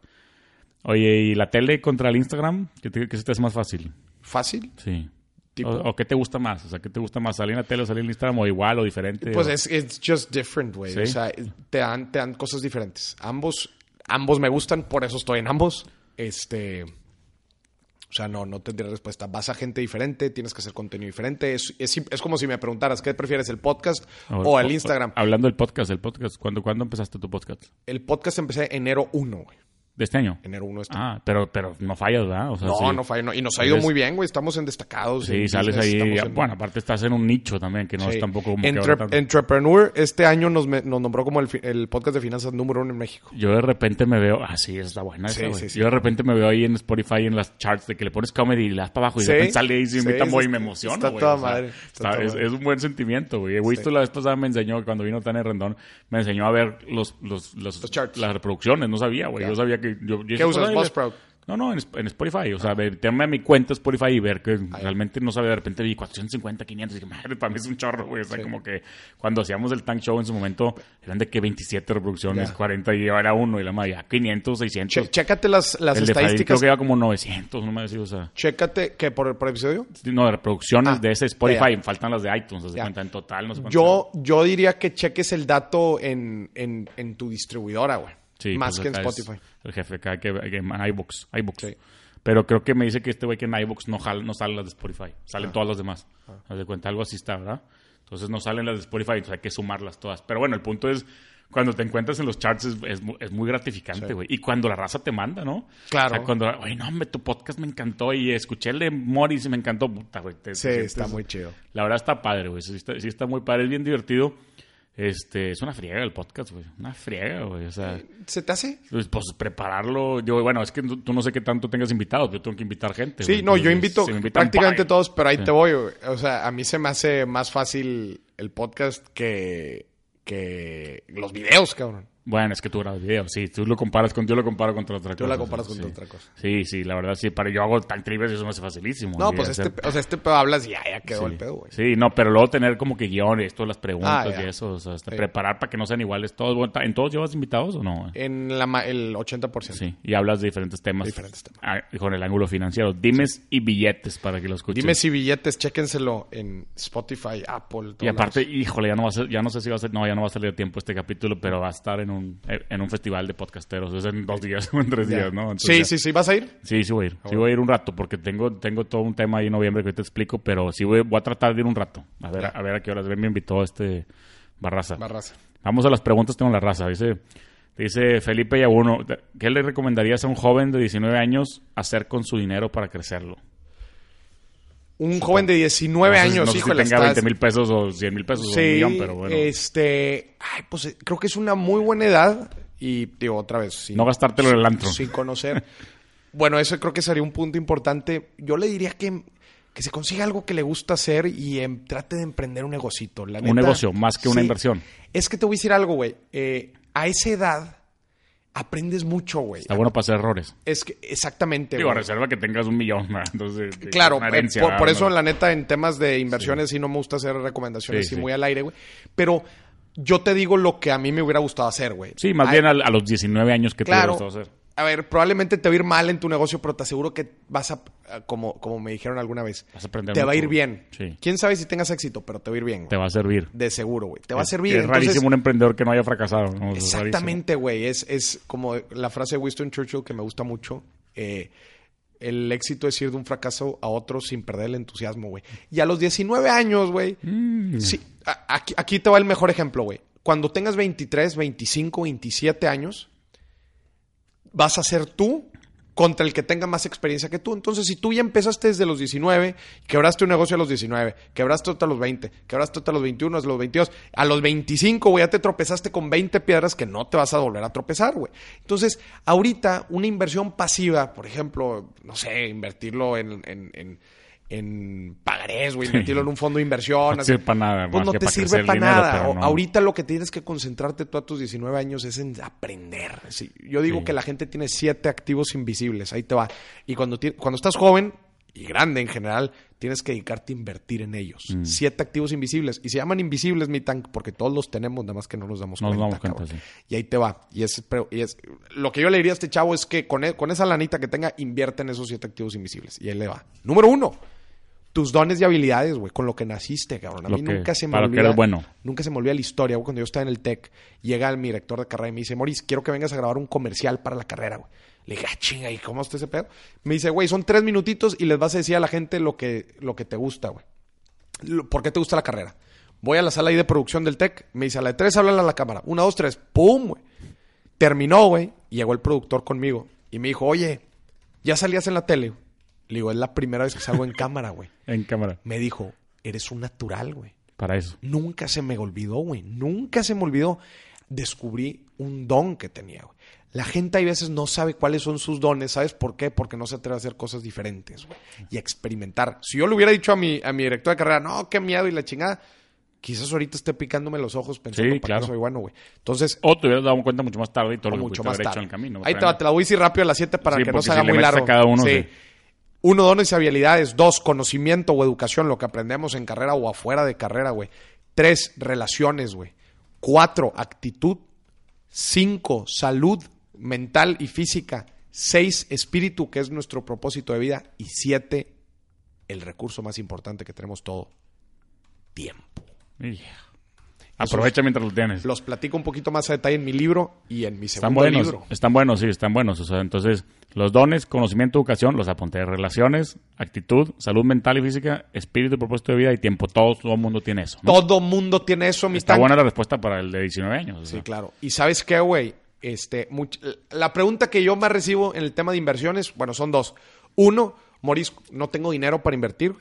Oye, ¿y la tele contra el Instagram? ¿Qué, te, qué se te hace más fácil? ¿Fácil? Sí. ¿Tipo? O, o qué te gusta más? O sea, ¿qué te gusta más? ¿Salir en la tele o salir en Instagram o igual o diferente? Pues O- es it's just different, güey. Sí. O sea, te dan, te dan cosas diferentes. Ambos, ambos me gustan, por eso estoy en ambos. Este. O sea, no, no tendría respuesta. Vas a gente diferente, tienes que hacer contenido diferente. Es, es, es como si me preguntaras, ¿qué prefieres, el podcast o, el Instagram? hablando del podcast, el podcast. ¿Cuándo, ¿Cuándo empezaste tu podcast? El podcast empecé enero 1, güey. ¿De este año? Enero 1 este. Ah, pero, pero no fallas, ¿verdad? O sea, no, sí. no falla. no. Y nos ha ido Eres- muy bien, güey. Estamos en destacados. Sí, en sales business, ahí. estamos en- Bueno, aparte estás en un nicho también, que no Sí. es tampoco como que Entre- ahora tanto. Entrepreneur este año nos, me- nos nombró como el, fi- el podcast de finanzas número uno en México. Yo de repente me veo, ah, sí, está buena esa, Sí, güey. sí, sí. Yo de repente me veo ahí en Spotify, en las charts, de que le pones comedy y le das para abajo y Sí, de repente sale y sí, se invita sí, muy y está- me emociona, está güey. toda o sea, madre, está toda es, madre. es un buen sentimiento, güey. He visto la vez pasada me enseñó, cuando vino Tania Rendón, me enseñó a ver los, los, los- Los charts. las reproducciones. No sabía, güey. Ya. Yo sabía que... Yo, yo dije, usas, "Órale". Buzzsprout? No, no, en, Sp- en Spotify. Ah. O sea, meterme a mi cuenta Spotify y ver que realmente no sabía. De repente vi 450, 500. Y dije, madre, para mí es un chorro, güey. O sea, como que cuando hacíamos el Tank Show en su momento, eran de que 27 reproducciones, Ya. 40 y ahora uno. Y la madre, ya 500, 600. Che- chécate las, las el de Fadil creo estadísticas. que era como 900, no me decís, o sea. Chécate que por, por episodio. No, de reproducciones Ah, de ese Spotify. ya, Faltan las de iTunes, se Ya. cuenta en total, no sé cuántas Yo, yo diría que cheques el dato en, en, en tu distribuidora, güey. Sí, Más pues que en acá es Spotify. El jefe acá que, que en iBox. iVoox. Sí. Pero creo que me dice que este güey que en iBox no, jala- no salen las de Spotify. Ah. Salen todas las demás. Haz de cuenta, algo así está, ¿verdad? Entonces no salen las de Spotify, entonces hay que sumarlas todas. Pero bueno, el punto es. Cuando te encuentras en los charts es, es mu- es muy gratificante, güey. Y cuando la raza te manda, ¿no? Claro. O sea, cuando, oye, no, hombre, tu podcast me encantó y escuché el de Morris y me encantó. Puta, güey. te- te Sí, sientes- está muy chido. La verdad está padre, güey. Sí está, sí está muy padre. Es bien divertido. Este, es una friega el podcast, güey. Una friega, güey. O sea, ¿Se te hace? pues, pues, prepararlo. Yo, bueno, es que tú tú no sé qué tanto tengas invitados, yo tengo que invitar gente. Sí, güey. no, yo Entonces, invito si me invitan, prácticamente bye. todos, pero ahí te voy, güey. O sea, a mí se me hace más fácil el podcast que, que los videos, cabrón. Bueno, es que tú grabas video, sí, tú lo comparas con, yo lo comparo contra otra cosa. la comparas sí, contra sí. otra cosa. Sí, sí, la verdad sí, para yo hago tan trivias y eso me hace facilísimo. No, y pues hacer- este, o sea, este pedo hablas y ya, ya quedó sí. el pedo, güey. Sí, no, pero luego tener como que guiones, todas las preguntas Ah, ya. y eso, o sea, hasta Sí. Eh, preparar para que no sean iguales todos. Bueno, ¿En todos llevas invitados o no? En la, ma- el 80%. Sí, y hablas de diferentes temas. Diferentes temas. Ah, con el ángulo financiero. Dimes y billetes para que lo escuchen. Dime si billetes, chéquenselo en Spotify, Apple, todos Y aparte, híjole, ya no, va a ser- ya no sé si va a ser, no, ya no va a salir a tiempo este capítulo, pero va a estar en un, eh, en un festival de podcasteros. Es en dos días [laughs] o en tres lados. días, ¿no? Entonces, sí, Ah, ya- sí, sí, ¿vas a ir? Sí, sí voy a ir. Sí voy a ir un rato porque tengo, tengo todo un tema ahí en noviembre que te explico, pero sí voy, voy a tratar de ir un rato. A ver, Ya. a ver a qué horas. Ven, me invitó este Barraza. Barraza. Vamos a las preguntas, tengo la raza. Dice, dice Felipe Yaguno, ¿qué le recomendarías a un joven de 19 años hacer con su dinero para crecerlo? Un joven de 19 No sé- años, no sé híjole, si tenga estás- 20 mil pesos o 100 mil pesos o un Sí, millón, pero bueno. este, ay, pues eh, creo que es una muy buena edad y digo otra vez, sin, No gastártelo en el antro. sin conocer. [laughs] bueno, eso creo que sería un punto importante. Yo le diría que, que se consiga algo que le gusta hacer y em, trate de emprender un negocito. La Un neta, negocio, más que una inversión. Es que te voy a decir algo, güey. Eh, a esa edad aprendes mucho, güey. Está bueno para hacer errores. Es que exactamente. Digo, a güey. reserva que tengas un millón, ¿verdad? entonces... de- Claro, una eh, herencia, por, por ¿verdad? eso la neta en temas de inversiones sí no me gusta hacer recomendaciones Sí, sí, sí. muy al aire, güey. Pero yo te digo lo que a mí me hubiera gustado hacer, güey. Sí, más Ay, bien al- a, los 19 años que te claro. hubiera gustado hacer. A ver, probablemente te va a ir mal en tu negocio, pero te aseguro que vas a, a- como, como me dijeron alguna vez, Vas a aprender te va a mucho, ir güey. bien. Sí. Quién sabe si tengas éxito, pero te va a ir bien. Te güey. va a servir. De seguro, güey. Te va a Es- servir. Es, Entonces, rarísimo un emprendedor que no haya fracasado. ¿no? Es rarísimo. Exactamente, güey. Es, es como la frase de Winston Churchill que me gusta mucho. eh, el éxito es ir de un fracaso a otro sin perder el entusiasmo, güey. Y a los 19 años, güey. Mm, Sí, a- aquí, aquí te va el mejor ejemplo, güey. Cuando tengas 23, 25, 27 años, vas a ser tú contra el que tenga más experiencia que tú. Entonces, si tú ya empezaste desde los 19, quebraste un negocio a los 19, quebraste otro a los 20, quebraste otro a los 21, a los 22, a los 25, güey, ya te tropezaste con 20 piedras que no te vas a volver a tropezar, güey. Entonces, ahorita una inversión pasiva, por ejemplo, no sé, invertirlo en... en- en- en pagarés, güey, invertirlo en un fondo de [laughs] inversión. No te así. sirve pa' nada, Pues más no que te pa' sirve crecer el para dinero, nada. pero O- no. Ahorita lo que tienes que concentrarte tú a tus 19 años es en aprender. Sí, Yo digo Sí. que la gente tiene siete activos invisibles, ahí te va. Y cuando, ti- cuando estás joven y grande en general, tienes que dedicarte a invertir en ellos. Mm. Siete activos invisibles. Y se llaman invisibles, mi tank, porque todos los tenemos, nada más que no nos damos No nos cuenta. damos cuenta, cabrón. Y ahí te va. Y es, pre- y es- lo que yo le diría a este chavo es que con, e- con esa lanita que tenga, invierte en esos siete activos invisibles. Y ahí le va. Número uno. Tus dones y habilidades, güey, con lo que naciste, cabrón. A Lo mí que- nunca se me para lo que olvida. eres bueno. Nunca se me olvida la historia, güey, cuando yo estaba en el TEC, llega mi director de carrera y me dice, Moris, quiero que vengas a grabar un comercial para la carrera, güey. Le dije, ah, chinga, ¿y cómo está ese pedo? Me dice, güey, son tres minutitos y les vas a decir a la gente lo que, lo que te gusta, güey. Lo- ¿Por qué te gusta la carrera? Voy a la sala ahí de producción del TEC, me dice, a la de tres, háblale a la cámara. Una, dos, tres, ¡pum, güey! Terminó, güey, y llegó el productor conmigo y me dijo, oye, ¿ya salías en la tele? Le digo, es la primera vez que salgo en [laughs] cámara, güey. En cámara. Me dijo, eres un natural, güey. Para eso. Nunca se me olvidó, güey. Nunca se me olvidó. Descubrí un don que tenía, güey. La gente hay veces no sabe cuáles son sus dones. ¿Sabes por qué? Porque no se atreve a hacer cosas diferentes, güey. Y a experimentar. Si yo le hubiera dicho a mi, a mi director de carrera, no, qué miedo y la chingada, quizás ahorita esté picándome los ojos pensando Sí, para claro. qué soy bueno, güey. Entonces, O te hubieras dado cuenta mucho más tarde y todo lo o que mucho pudiste más haber tarde. hecho en el camino. Ahí te, va, te la voy a decir rápido a las 7 para Sí, que no porque se haga si le muy metes a largo. cada uno, Sí. sí. Uno, dones y habilidades. Dos, conocimiento o educación, lo que aprendemos en carrera o afuera de carrera, güey. Tres, relaciones, güey. Cuatro, actitud. Cinco, salud mental y física. Seis, espíritu, que es nuestro propósito de vida. Y siete, el recurso más importante que tenemos todo, tiempo. Y- Aprovecha mientras lo tienes. Los platico un poquito más a detalle en mi libro y en mi Están segundo buenos, libro. están buenos, sí, están buenos. O sea, entonces, los dones, conocimiento, educación, los apunté. Relaciones, actitud, salud mental y física, espíritu, propósito de vida y tiempo. Todo, todo el mundo tiene eso. ¿no? Todo mundo tiene eso, mi Está tanque. buena la respuesta para el de 19 años. o Sí, sea. claro. Y sabes qué, güey, este, much- la pregunta que yo más recibo en el tema de inversiones, bueno, son dos. Uno, Moris, no tengo dinero para invertir.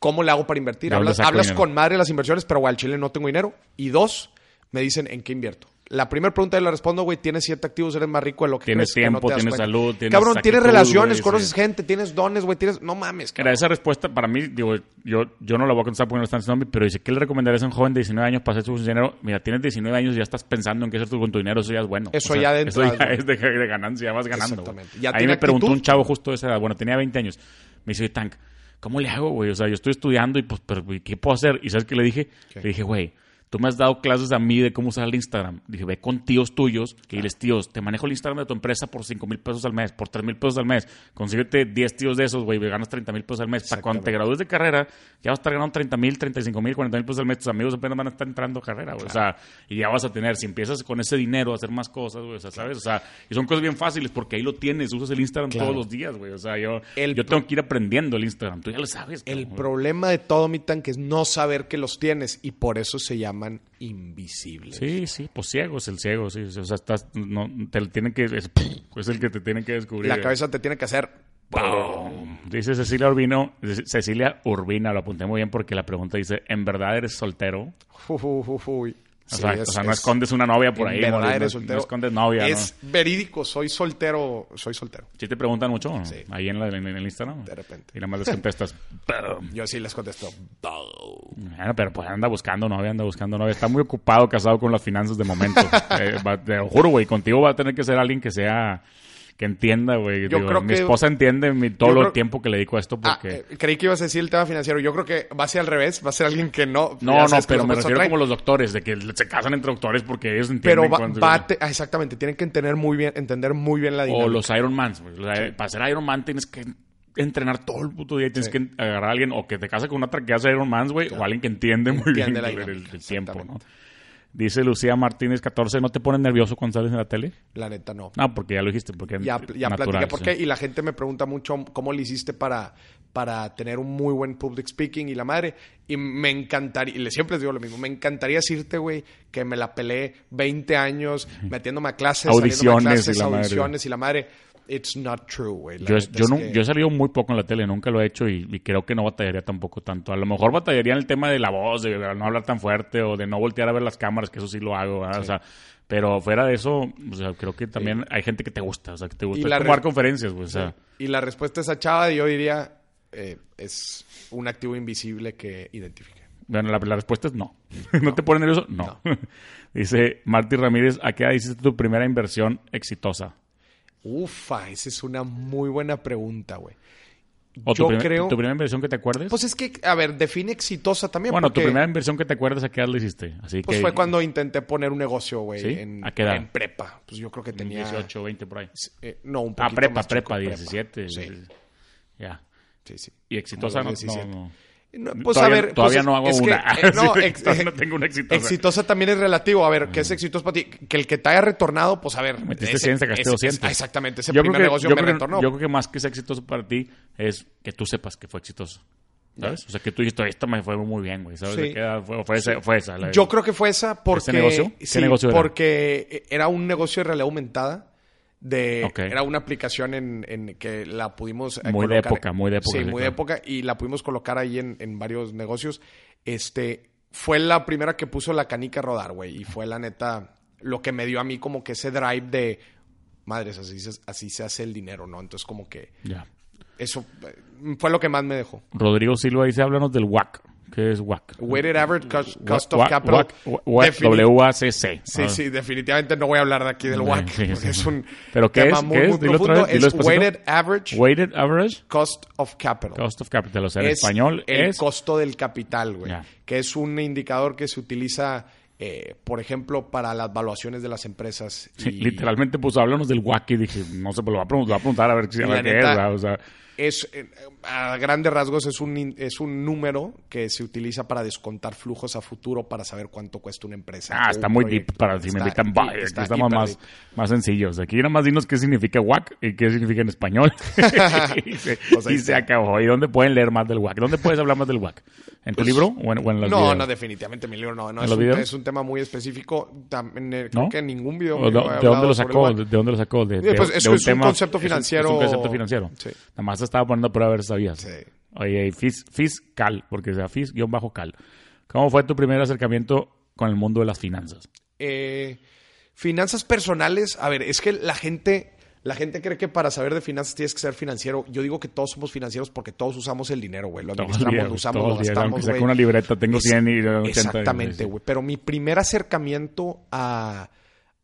¿Cómo le hago para invertir? ¿De dónde Hablas, saco hablas dinero? con madre de las inversiones, pero güey, al chile no tengo dinero. Y dos, me dicen en qué invierto. La primera pregunta yo le respondo, güey, tienes siete activos, eres más rico de lo que Tienes crees, que tiempo, te das tienes cuenta. salud, tienes Cabrón, tienes actitud, relaciones, güey, conoces sí. gente, tienes dones, güey, tienes... No mames, Era cabrón. esa respuesta para mí, digo, yo, yo no la voy a contestar porque no está en tsunami, pero dice, ¿qué le recomendarías a un joven de 19 años para hacer su dinero? Mira, tienes 19 años y ya estás pensando en qué hacer tú con tu dinero, eso ya es bueno. Eso ya dentro Eso ya de- [laughs] es de, de ganancia, ya vas ganando. güey. Exactamente. Ya Ahí tiene me preguntó actitud. un chavo justo de esa edad, bueno, tenía 20 años, me dice, "Oye, Tank, ¿cómo le hago, güey? O sea, yo estoy estudiando y pues, pero, güey, ¿qué puedo hacer? ¿Y sabes qué le dije? ¿Qué? Le dije, güey, tú me has dado clases a mí de cómo usar el Instagram. Dije, ve con tíos tuyos, que diles, tíos, te manejo el Instagram de tu empresa por 5 mil pesos al mes, por 3 mil pesos al mes. Consíguete 10 tíos de esos, güey, ganas 30 mil pesos al mes. Para cuando te gradúes de carrera, ya vas a estar ganando 30 mil, 35 mil, 40 mil pesos al mes. Tus amigos apenas van a estar entrando a carrera, güey. O sea, y ya vas a tener, si empiezas con ese dinero a hacer más cosas, güey, o sea, ¿sabes? O sea, y son cosas bien fáciles porque ahí lo tienes, usas el Instagram Claro. todos los días, güey. O sea, yo, El yo pro- tengo que ir aprendiendo el Instagram, tú ya lo sabes. El cabrón. problema de todo, mi tanque, es no saber que los tienes y por eso se llaman invisibles. Sí, sí, pues ciegos, el ciego, sí. sí, O sea, estás, no, te lo tienen que, es, [laughs] es el que te tienen que descubrir. La cabeza te tiene que hacer. ¡Pum! Dice Cecilia Urbino, dice Cecilia Urbina, lo apunté muy bien porque la pregunta dice, ¿en verdad eres soltero? Uy. O, sea, o sea, no escondes una novia por ahí. verdad no, eres no- no soltero. escondes novia, Es ¿no? verídico, soy soltero, soy soltero. Sí te preguntan mucho ¿no? Sí. ahí en, la- en el Instagram. De repente. Y nada más les contestas, [laughs] ¡pum! Yo sí les contesto. Bueno, pero pues anda buscando novia, anda buscando novia. Está muy ocupado, casado con las finanzas de [laughs] momento. Eh, va- te lo juro, güey. Contigo va a tener que ser alguien que sea... Que entienda, güey. Yo Digo, creo mi que- esposa entiende mi- todo yo el creo- tiempo que le dedico a esto Ah, porque... eh, creí que ibas a decir el tema financiero. Yo creo que va a ser al revés, va a ser alguien que no. No, ya no, sabes que pero los me hombres refiero atraen. como los doctores, de que se casan entre doctores porque ellos entienden Pero va, cuándo- va a te- ah, exactamente, tienen que entender muy bien, entender muy bien la dinámica. O los Iron Mans. güey. O sea, Para ser Iron Man tienes que entrenar todo el puto día. y Tienes Sí. que agarrar a alguien o que te casa con una tra- que hace Iron Man, güey, o alguien que entiende muy Entiende la bien el- el, dinámica, el tiempo, ¿no? exactamente. Dice Lucía Martínez 14, ¿no te pones nervioso cuando sales en la tele? La neta, no. No, porque ya lo dijiste, porque es Ya, ya natural, platiqué por sí. qué. Y la gente me pregunta mucho cómo le hiciste para, para tener un muy buen public speaking y la madre. Y me encantaría, y le- siempre les digo lo mismo, me encantaría decirte, güey, que me la peleé 20 años metiéndome a clases, saliéndome a Audiciones y clases, la madre. audiciones y la madre. It's not true, güey. La Yo, es- neta yo, es no- que- yo he salido muy poco en la tele, nunca lo he hecho y, y creo que no batallaría tampoco tanto. A lo mejor batallaría en el tema de la voz, de no hablar tan fuerte o de no voltear a ver las cámaras, que eso sí lo hago. ¿verdad? O sea, pero fuera de eso, o sea, creo que también hay gente que te gusta, o sea, que te gusta. la Es re- como dar conferencias, güey. O sea, Y la respuesta a esa chava, yo diría, eh, es un activo invisible que identifique. bueno, la, la respuesta es [laughs] no. ¿No, te pone nervioso? No. [laughs] Dice Marty Ramírez, ¿a qué edad hiciste tu primera inversión exitosa? Ufa, esa es una muy buena pregunta, güey. O Yo tu primer- creo- ¿Tu primera inversión que te acuerdes? Pues es que, a ver, define exitosa también. bueno, porque, tu primera inversión que te acuerdes, ¿a qué edad la hiciste? Así Pues que fue cuando intenté poner un negocio, güey. ¿Sí? En, ¿A qué edad? en prepa. Pues yo creo que tenía. 18, 20 por ahí. eh, no, un Ah, poquito prepa, más chico, prepa, 17. Sí, sí, sí. Ya. sí, sí. Y exitosa Como no, los 17. no, no. No, pues Todavía- a ver, todavía pues, no hago es que, [laughs] una. Ah, eh, no, Sí, ex- todavía no tengo una exitosa. Exitosa también es relativo. A ver, ¿qué es exitoso para ti? Que el que te haya retornado, pues a ver. Metiste ese- 100, sacaste ese- 200. ah, exactamente, ese Yo creo primer que- negocio yo me creo que- retornó. Yo creo que más que sea exitoso para ti es que tú sepas que fue exitoso. ¿Sabes? O sea, que tú dijiste, esta me fue muy bien, güey. ¿Sabes? Sí. ¿De qué edad fue, fue esa. Fue esa la- Yo creo que fue esa porque. negocio? ¿Qué sí, negocio era? porque era un negocio de realidad aumentada. De, Ok. Era una aplicación en, en que la pudimos. eh, Muy de época, muy de época, Sí, sí, muy de claro. época. Y la pudimos colocar ahí en, en varios negocios. Este. Fue la primera que puso la canica a rodar, güey. Y fue la neta lo que me dio a mí como que ese drive de. Madres, así se, así se hace el dinero, ¿no? Entonces, como que. Ya. Eso eh, fue lo que más me dejó. Rodrigo Silva dice, háblanos del WAC. ¿Qué es WAC? Weighted average cost, cost of WAC, capital. WAC, WAC, Definit- W-A-C-C. Sí, Ah, sí, definitivamente no voy a hablar de aquí del Sí, [laughs] WAC. sí, porque sí. es un ¿Pero qué tema es? muy, ¿Qué es? muy Dilo otra profundo. vez, dilo Es despacito. Weighted Average Weighted Average Cost of Capital. Cost of Capital. O sea, en Es español el es... costo del capital, güey. Ya. Que es un indicador que se utiliza, eh, por ejemplo, para las valuaciones de las empresas. Sí, [laughs] y Literalmente, pues háblanos del wacky. Dije, no sé, pues lo va a preguntar, lo va a, preguntar a ver, si- a Y la ver qué neta- es. ¿verdad? O sea, Es, eh, a grandes rasgos, es un, in- es un número que se utiliza para descontar flujos a futuro para saber cuánto cuesta una empresa. ah, o está un muy proyecto. deep para si me Está- invitan. Bye, está aquí estamos hiper más, deep. más sencillos. Aquí nada más dinos qué significa WAC y qué significa en [laughs] español. y se, Pues ahí y se está. acabó. ¿Y dónde pueden leer más del WAC? ¿Dónde puedes hablar más del WAC? ¿En tu libro o en, o en los Pues, No, videos? no, definitivamente mi libro no. no ¿En es, los un, videos? es un tema muy específico. También, eh, ¿No? Creo que en ningún video. ¿O mío do- he ¿De dónde hablado lo sobre sacó? el ¿De back. de dónde lo sacó? De, Eh, pues, de- es- de un es un tema- concepto es un- Es financiero- un concepto financiero. Sí. Nada más estaba poniendo a prueba a ver si sabías. Sí. Oye, y fis, fiscal, porque sea fis-cal. ¿Cómo fue tu primer acercamiento con el mundo de las finanzas? Eh, finanzas personales. A ver, es que la gente. La gente cree que para saber de finanzas tienes que ser financiero. Yo digo que todos somos financieros porque todos usamos el dinero, güey. Lo Todo el administramos, día, lo güey, usamos, todo lo el día, gastamos, aunque sea güey. con una libreta, tengo Es- 100 y 80. Exactamente, sí, sí. güey. Pero mi primer acercamiento a.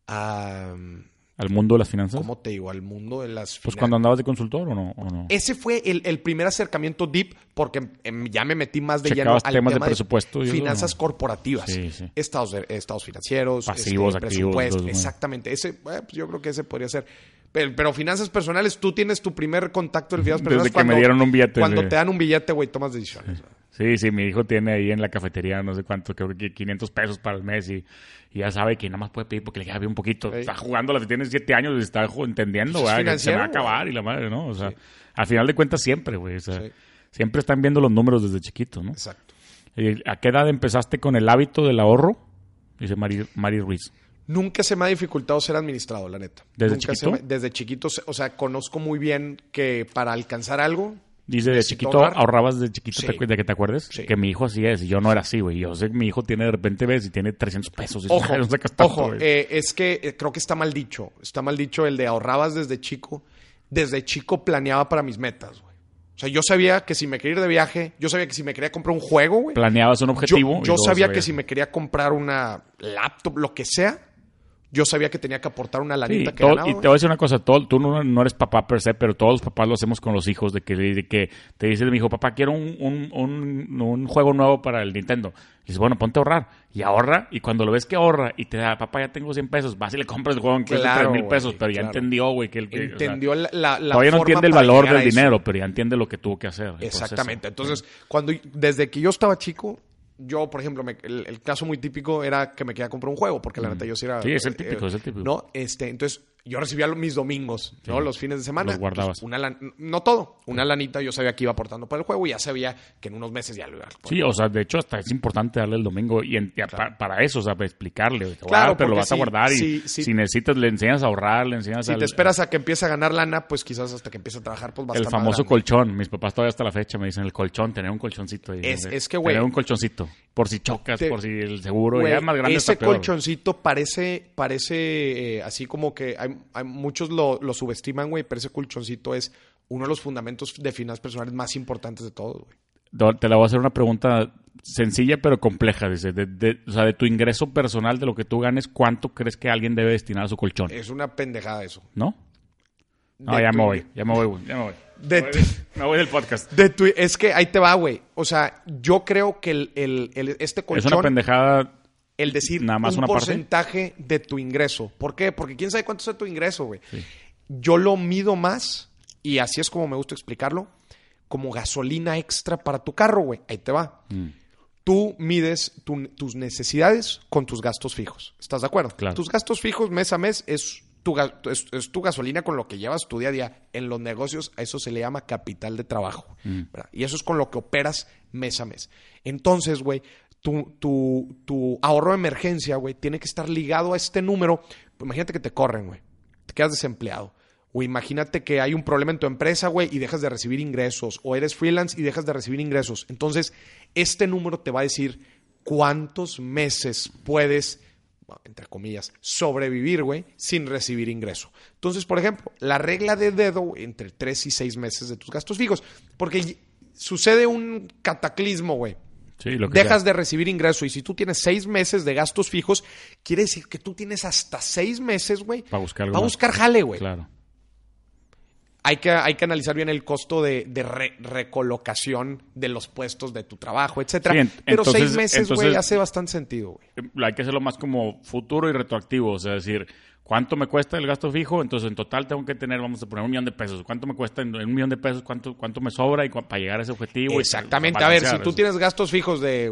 a ¿Al mundo de las finanzas? ¿Cómo te digo? Al mundo de las finanzas. Pues cuando andabas de consultor o no. o no? Ese fue el, el primer acercamiento deep porque em, ya me metí más de Checabas lleno al temas de tema presupuesto y eso, finanzas ¿no? corporativas, Sí, sí. Estados, de- estados financieros, este, Pasivos, activos, presupuesto, todo eso, ¿no? exactamente. Ese, eh, pues yo creo que ese podría ser. Pero, pero finanzas personales, tú tienes tu primer contacto de finanzas Desde personales que me dieron un billete, Cuando sí. te dan un billete, güey, tomas decisiones. ¿no? Sí, sí, mi hijo tiene ahí en la cafetería no sé cuánto, creo que 500 pesos para el mes y, y ya sabe que nada más puede pedir porque le queda bien un poquito. Ey. Está jugando, la tiene 7 años y está ju- entendiendo, Pues es ¿verdad? Que se me va a financiero, acabar y la madre, ¿no? O sea, al final de cuentas siempre, güey. O sea, Sí. siempre están viendo los números desde chiquitos, ¿no? Exacto. ¿Y ¿A qué edad empezaste con el hábito del ahorro? Dice Mari, Mari Ruiz. Nunca se me ha dificultado ser administrado, la neta. ¿Desde Nunca se chiquito? me- desde chiquito, se- o sea, conozco muy bien que para alcanzar algo Dice, de Necesito chiquito ahorrar. ahorrabas de chiquito, Sí. ¿te acu- de que te acuerdes? Sí. Que mi hijo así es, y yo no era así, güey. Yo sé que mi hijo tiene de repente, ves, y tiene 300 pesos. Y Ojo, Pues [laughs] no sacas tanto, ojo güey. eh, es que eh, creo que está mal dicho. Está mal dicho el de ahorrabas desde chico. Desde chico planeaba para mis metas, güey. O sea, yo sabía que si me quería ir de viaje, yo sabía que si me quería comprar un juego, güey. Planeabas un Yo, objetivo. y yo luego sabía que sabías. si me quería comprar una laptop, lo que sea, yo sabía que tenía que aportar una Sí, lanita que todo- ganaba. y te voy a decir una cosa, todo, tú no, no eres papá per se, pero todos los papás lo hacemos con los hijos, de que, de que te dice mi hijo, papá, quiero un, un, un- un juego nuevo para el Nintendo. Y dices, bueno, ponte a ahorrar. Y ahorra, y cuando lo ves que ahorra y te da, papá, ya tengo 100 pesos, vas y le compras el juego en Claro, 3 mil güey, pesos, pero ya claro. entendió, güey, que el que... o sea, Entendió la, la, la todavía no forma entiende el para valor llegar a del eso. dinero, pero ya entiende lo que tuvo que hacer. el proceso. Exactamente. Entonces, cuando desde que yo estaba chico, yo, por ejemplo, me- el, el caso muy típico era que me quería comprar un juego, porque la neta yo sí era. Sí, es el típico, es el típico. No, este, entonces yo recibía lo- mis domingos, ¿no? Los fines de semana. Los guardabas. Pues, una lan- no todo, una lanita yo sabía que iba aportando para el juego y ya sabía que en unos meses ya lo iba a Sí, o sea, de hecho, hasta es importante darle el domingo y, en- y a- pa- para eso, o sea, para explicarle. Claro, Claro, pero lo porque vas a sí, guardar y sí, sí. si necesitas, le enseñas a ahorrar, le enseñas Si al, te esperas a que empiece a ganar lana, pues quizás hasta que empiece a trabajar, pues va a el estar más famoso grande. colchón. Mis papás todavía hasta la fecha me dicen el colchón, tener un colchoncito. Y- Es- es que, güey, Tener un colchoncito. Por si chocas, te- por si el seguro. Güey, ya más grande ese está peor. colchoncito parece, parece eh, así como que hay, hay muchos lo, lo subestiman, güey, pero ese colchoncito es uno de los fundamentos de finanzas personales más importantes de todos, güey. Do- Te la voy a hacer una pregunta sencilla pero compleja. Dice, de, de- o sea, de tu ingreso personal, de lo que tú ganes, ¿cuánto crees que alguien debe destinar a su colchón? Es una pendejada eso. ¿No? No, Eh, De ya tu- me voy, ya me voy, güey, ya me voy. De Me voy tu- del- me voy del podcast. De tu- es que ahí te va, güey. O sea, yo creo que el, el- el- este Es una colchón, pendejada el decir nada más un una parte. porcentaje de tu ingreso. ¿Por qué? Porque quién sabe cuánto sea tu ingreso, güey. Yo lo mido más, y así es como me gusta explicarlo, como gasolina extra para tu carro, güey. Ahí te va. Tú mides tu- tus necesidades con tus gastos fijos. ¿Estás de acuerdo? Claro. Tus gastos fijos mes a mes es tu, ga- es, es tu gasolina con lo que llevas tu día a día. En los negocios a eso se le llama capital de trabajo. ¿verdad? Y eso es con lo que operas mes a mes. Entonces, güey, tu, tu, tu ahorro de emergencia, güey, tiene que estar ligado a este número. Pues imagínate que te corren, güey. Te quedas desempleado. O imagínate que hay un problema en tu empresa, güey, y dejas de recibir ingresos. O eres freelance y dejas de recibir ingresos. Entonces, este número te va a decir cuántos meses puedes, bueno, entre comillas, sobrevivir, güey, sin recibir ingreso. Entonces, por ejemplo, la regla de dedo güey, entre tres y seis meses de tus gastos fijos. Porque y- sucede un cataclismo, güey. Sí, lo que Dejas sea. de recibir ingreso y si tú tienes seis meses de gastos fijos, quiere decir que tú tienes hasta seis meses, güey, Para buscar algo para más. buscar jale, güey Claro. hay que, hay que analizar bien el costo de, de re- recolocación de los puestos de tu trabajo, etcétera. Sí, en- Pero entonces- seis meses, güey, entonces- hace bastante sentido, güey. Eh, Hay que hacerlo más como futuro y retroactivo. O sea, decir, ¿cuánto me cuesta el gasto fijo? Entonces, en total tengo que tener, vamos a poner un millón de pesos. ¿Cuánto me cuesta en, en un millón de pesos? ¿Cuánto, cuánto me sobra y cua- para llegar a ese objetivo? Y- Exactamente. o sea, A ver, si balancear tú eso. tienes gastos fijos de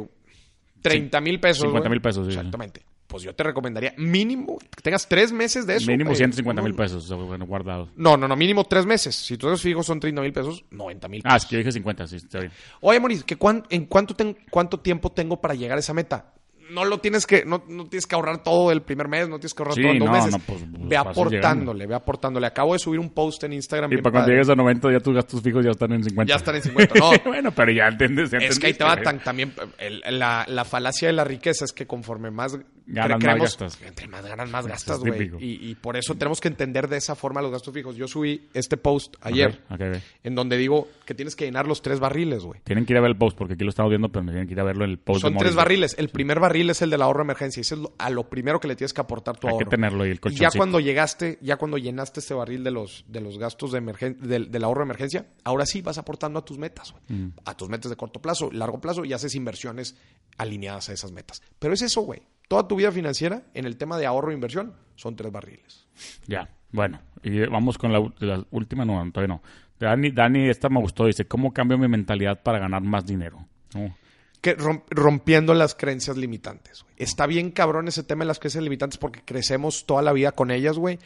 30 mil pesos. 50 güey, mil pesos, sí, sí. Exactamente. Pues yo te recomendaría mínimo que tengas tres meses de eso. Mínimo güey. 150 mil No, pesos, o sea, bueno, guardados. No, no, no, mínimo tres meses. Si tus gastos fijos son 30 mil pesos, 90 mil Ah, es que yo dije 50, sí, está bien. Oye, Moniz, ¿que cuán- ¿en cuánto, ten- cuánto tiempo tengo para llegar a esa meta? No lo tienes que, no, no tienes que ahorrar todo el primer mes, no tienes que ahorrar Sí, todo en dos no, meses. no, pues, pues, ve vas aportándole, ve aportándole. Acabo de subir un post en Instagram. Y bien para cuando padre. llegues a 90 ya tus gastos fijos ya están en 50. Ya están en 50, [laughs] no. bueno, pero ya entiendes. ya es que ahí entendiste, te va güey. tan- también el- la, la falacia de la riqueza es que conforme más cre- Ganas, más gastas. entre más ganas más es gastas, güey. típico. Y, y por eso tenemos que entender de esa forma los gastos fijos. Yo subí este post ayer Ok, ok, ok. en donde digo que tienes que llenar los tres barriles, güey. Tienen que ir a ver el post, porque aquí lo estamos viendo, pero tienen que ir a verlo en el post. Son de tres Morris. barriles. El primer barril es el del ahorro de emergencia. Ese es lo- a lo primero que le tienes que aportar tu Hay que ahorro. tenerlo y el Y ya colchoncito. cuando llegaste, ya cuando llenaste ese barril de los, de los gastos de emergen- del, del ahorro de emergencia, ahora sí vas aportando a tus metas, güey. Mm. A tus metas de corto plazo, largo plazo, y haces inversiones alineadas a esas metas. Pero es eso, güey. Toda tu vida financiera en el tema de ahorro e inversión son tres barriles. Ya, bueno, y eh, vamos con la, u- la última, no, todavía no. Dani, Dani, esta me gustó, dice, ¿cómo cambio mi mentalidad para ganar más dinero? No. que rom- rompiendo las creencias limitantes. güey. Está bien cabrón ese tema de las creencias limitantes porque crecemos toda la vida con ellas, güey.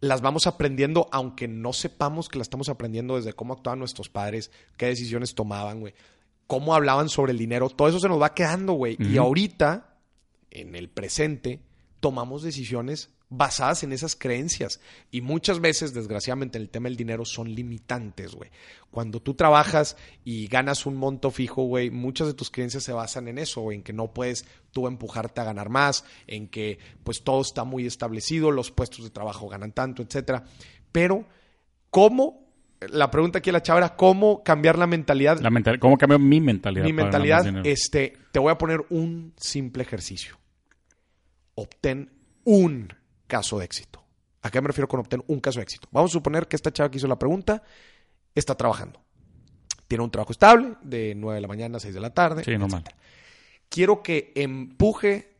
Las vamos aprendiendo aunque no sepamos que las estamos aprendiendo desde cómo actuaban nuestros padres, qué decisiones tomaban, güey. Cómo hablaban sobre el dinero. Todo eso se nos va quedando, güey. Y ahorita, en el presente, tomamos decisiones basadas en esas creencias. Y muchas veces, desgraciadamente, en el tema del dinero son limitantes, güey. Cuando tú trabajas y ganas un monto fijo, güey, muchas de tus creencias se basan en eso, güey, en que no puedes tú empujarte a ganar más, en que pues todo está muy establecido, los puestos de trabajo ganan tanto, etcétera. Pero, ¿cómo? La pregunta aquí de la chava era, ¿cómo cambiar la mentalidad? La mental, ¿Cómo cambio mi mentalidad? Mi para ganar más mentalidad, dinero? este, te voy a poner un simple ejercicio. Obtén un caso de éxito. ¿A qué me refiero con obtén un caso de éxito? Vamos a suponer que esta chava que hizo la pregunta está trabajando. Tiene un trabajo estable de 9 de la mañana a 6 de la tarde. Sí, normal. Quiero que empuje,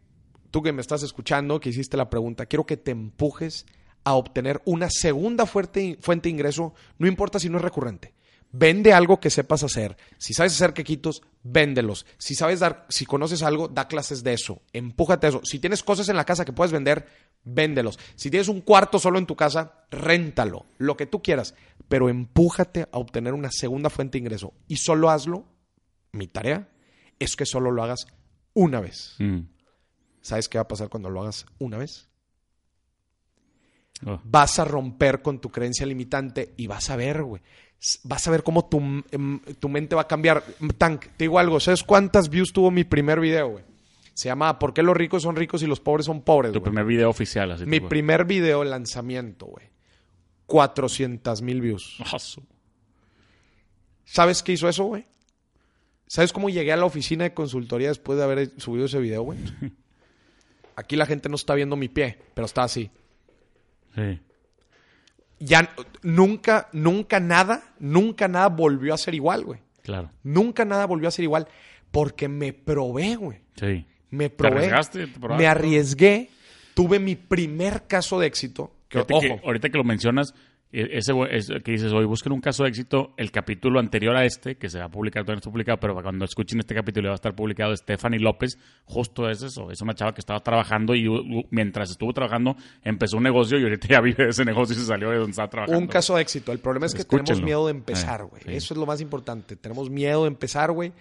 tú que me estás escuchando, que hiciste la pregunta, quiero que te empujes a obtener una segunda fuerte- fuente de ingreso, no importa si no es recurrente. Vende algo que sepas hacer. Si sabes hacer quequitos, véndelos. Si sabes dar, si conoces algo, da clases de eso. Empújate a eso. Si tienes cosas en la casa que puedes vender, véndelos. Si tienes un cuarto solo en tu casa, réntalo. Lo que tú quieras. Pero empújate a obtener una segunda fuente de ingreso. Y solo hazlo. Mi tarea es que solo lo hagas una vez. Mm. ¿Sabes qué va a pasar cuando lo hagas una vez? Oh. vas a romper con tu creencia limitante y vas a ver, güey. S- Vas a ver cómo tu, m- em, tu mente va a cambiar. M- Tank, te digo algo, ¿sabes cuántas views tuvo mi primer video, güey? Se llama ¿Por qué los ricos son ricos y los pobres son pobres? Tu güey? primer video oficial, así. Mi tal cual. primer video lanzamiento, güey. 400 mil views. Ah, su- ¿Sabes qué hizo eso, güey? ¿Sabes cómo llegué a la oficina de consultoría después de haber subido ese [laughs] video, güey? Aquí la gente no está viendo mi pie, pero está así. Sí. ya nunca, nunca nada, nunca nada volvió a ser igual, güey. Claro. Nunca nada volvió a ser igual porque me probé, güey. Sí. Me probé. arriesgaste, te probaste. me arriesgué. Tuve mi primer caso de éxito. Que, Fíjate ojo, que ahorita que lo mencionas, e- ese güey- es- que dices hoy, busquen un caso de éxito, el capítulo anterior a este, que se va a publicar, todavía no está publicado, pero cuando escuchen este capítulo ya va a estar publicado de Stephanie López, justo es eso, es una chava que estaba trabajando y u- mientras estuvo trabajando empezó un negocio y ahorita ya [laughs] vive de ese negocio y se salió de donde estaba trabajando. un caso de éxito. El problema es que tenemos Escúchenlo. miedo de empezar, Ah, güey. sí. Eso es lo más importante. Tenemos miedo de empezar, güey.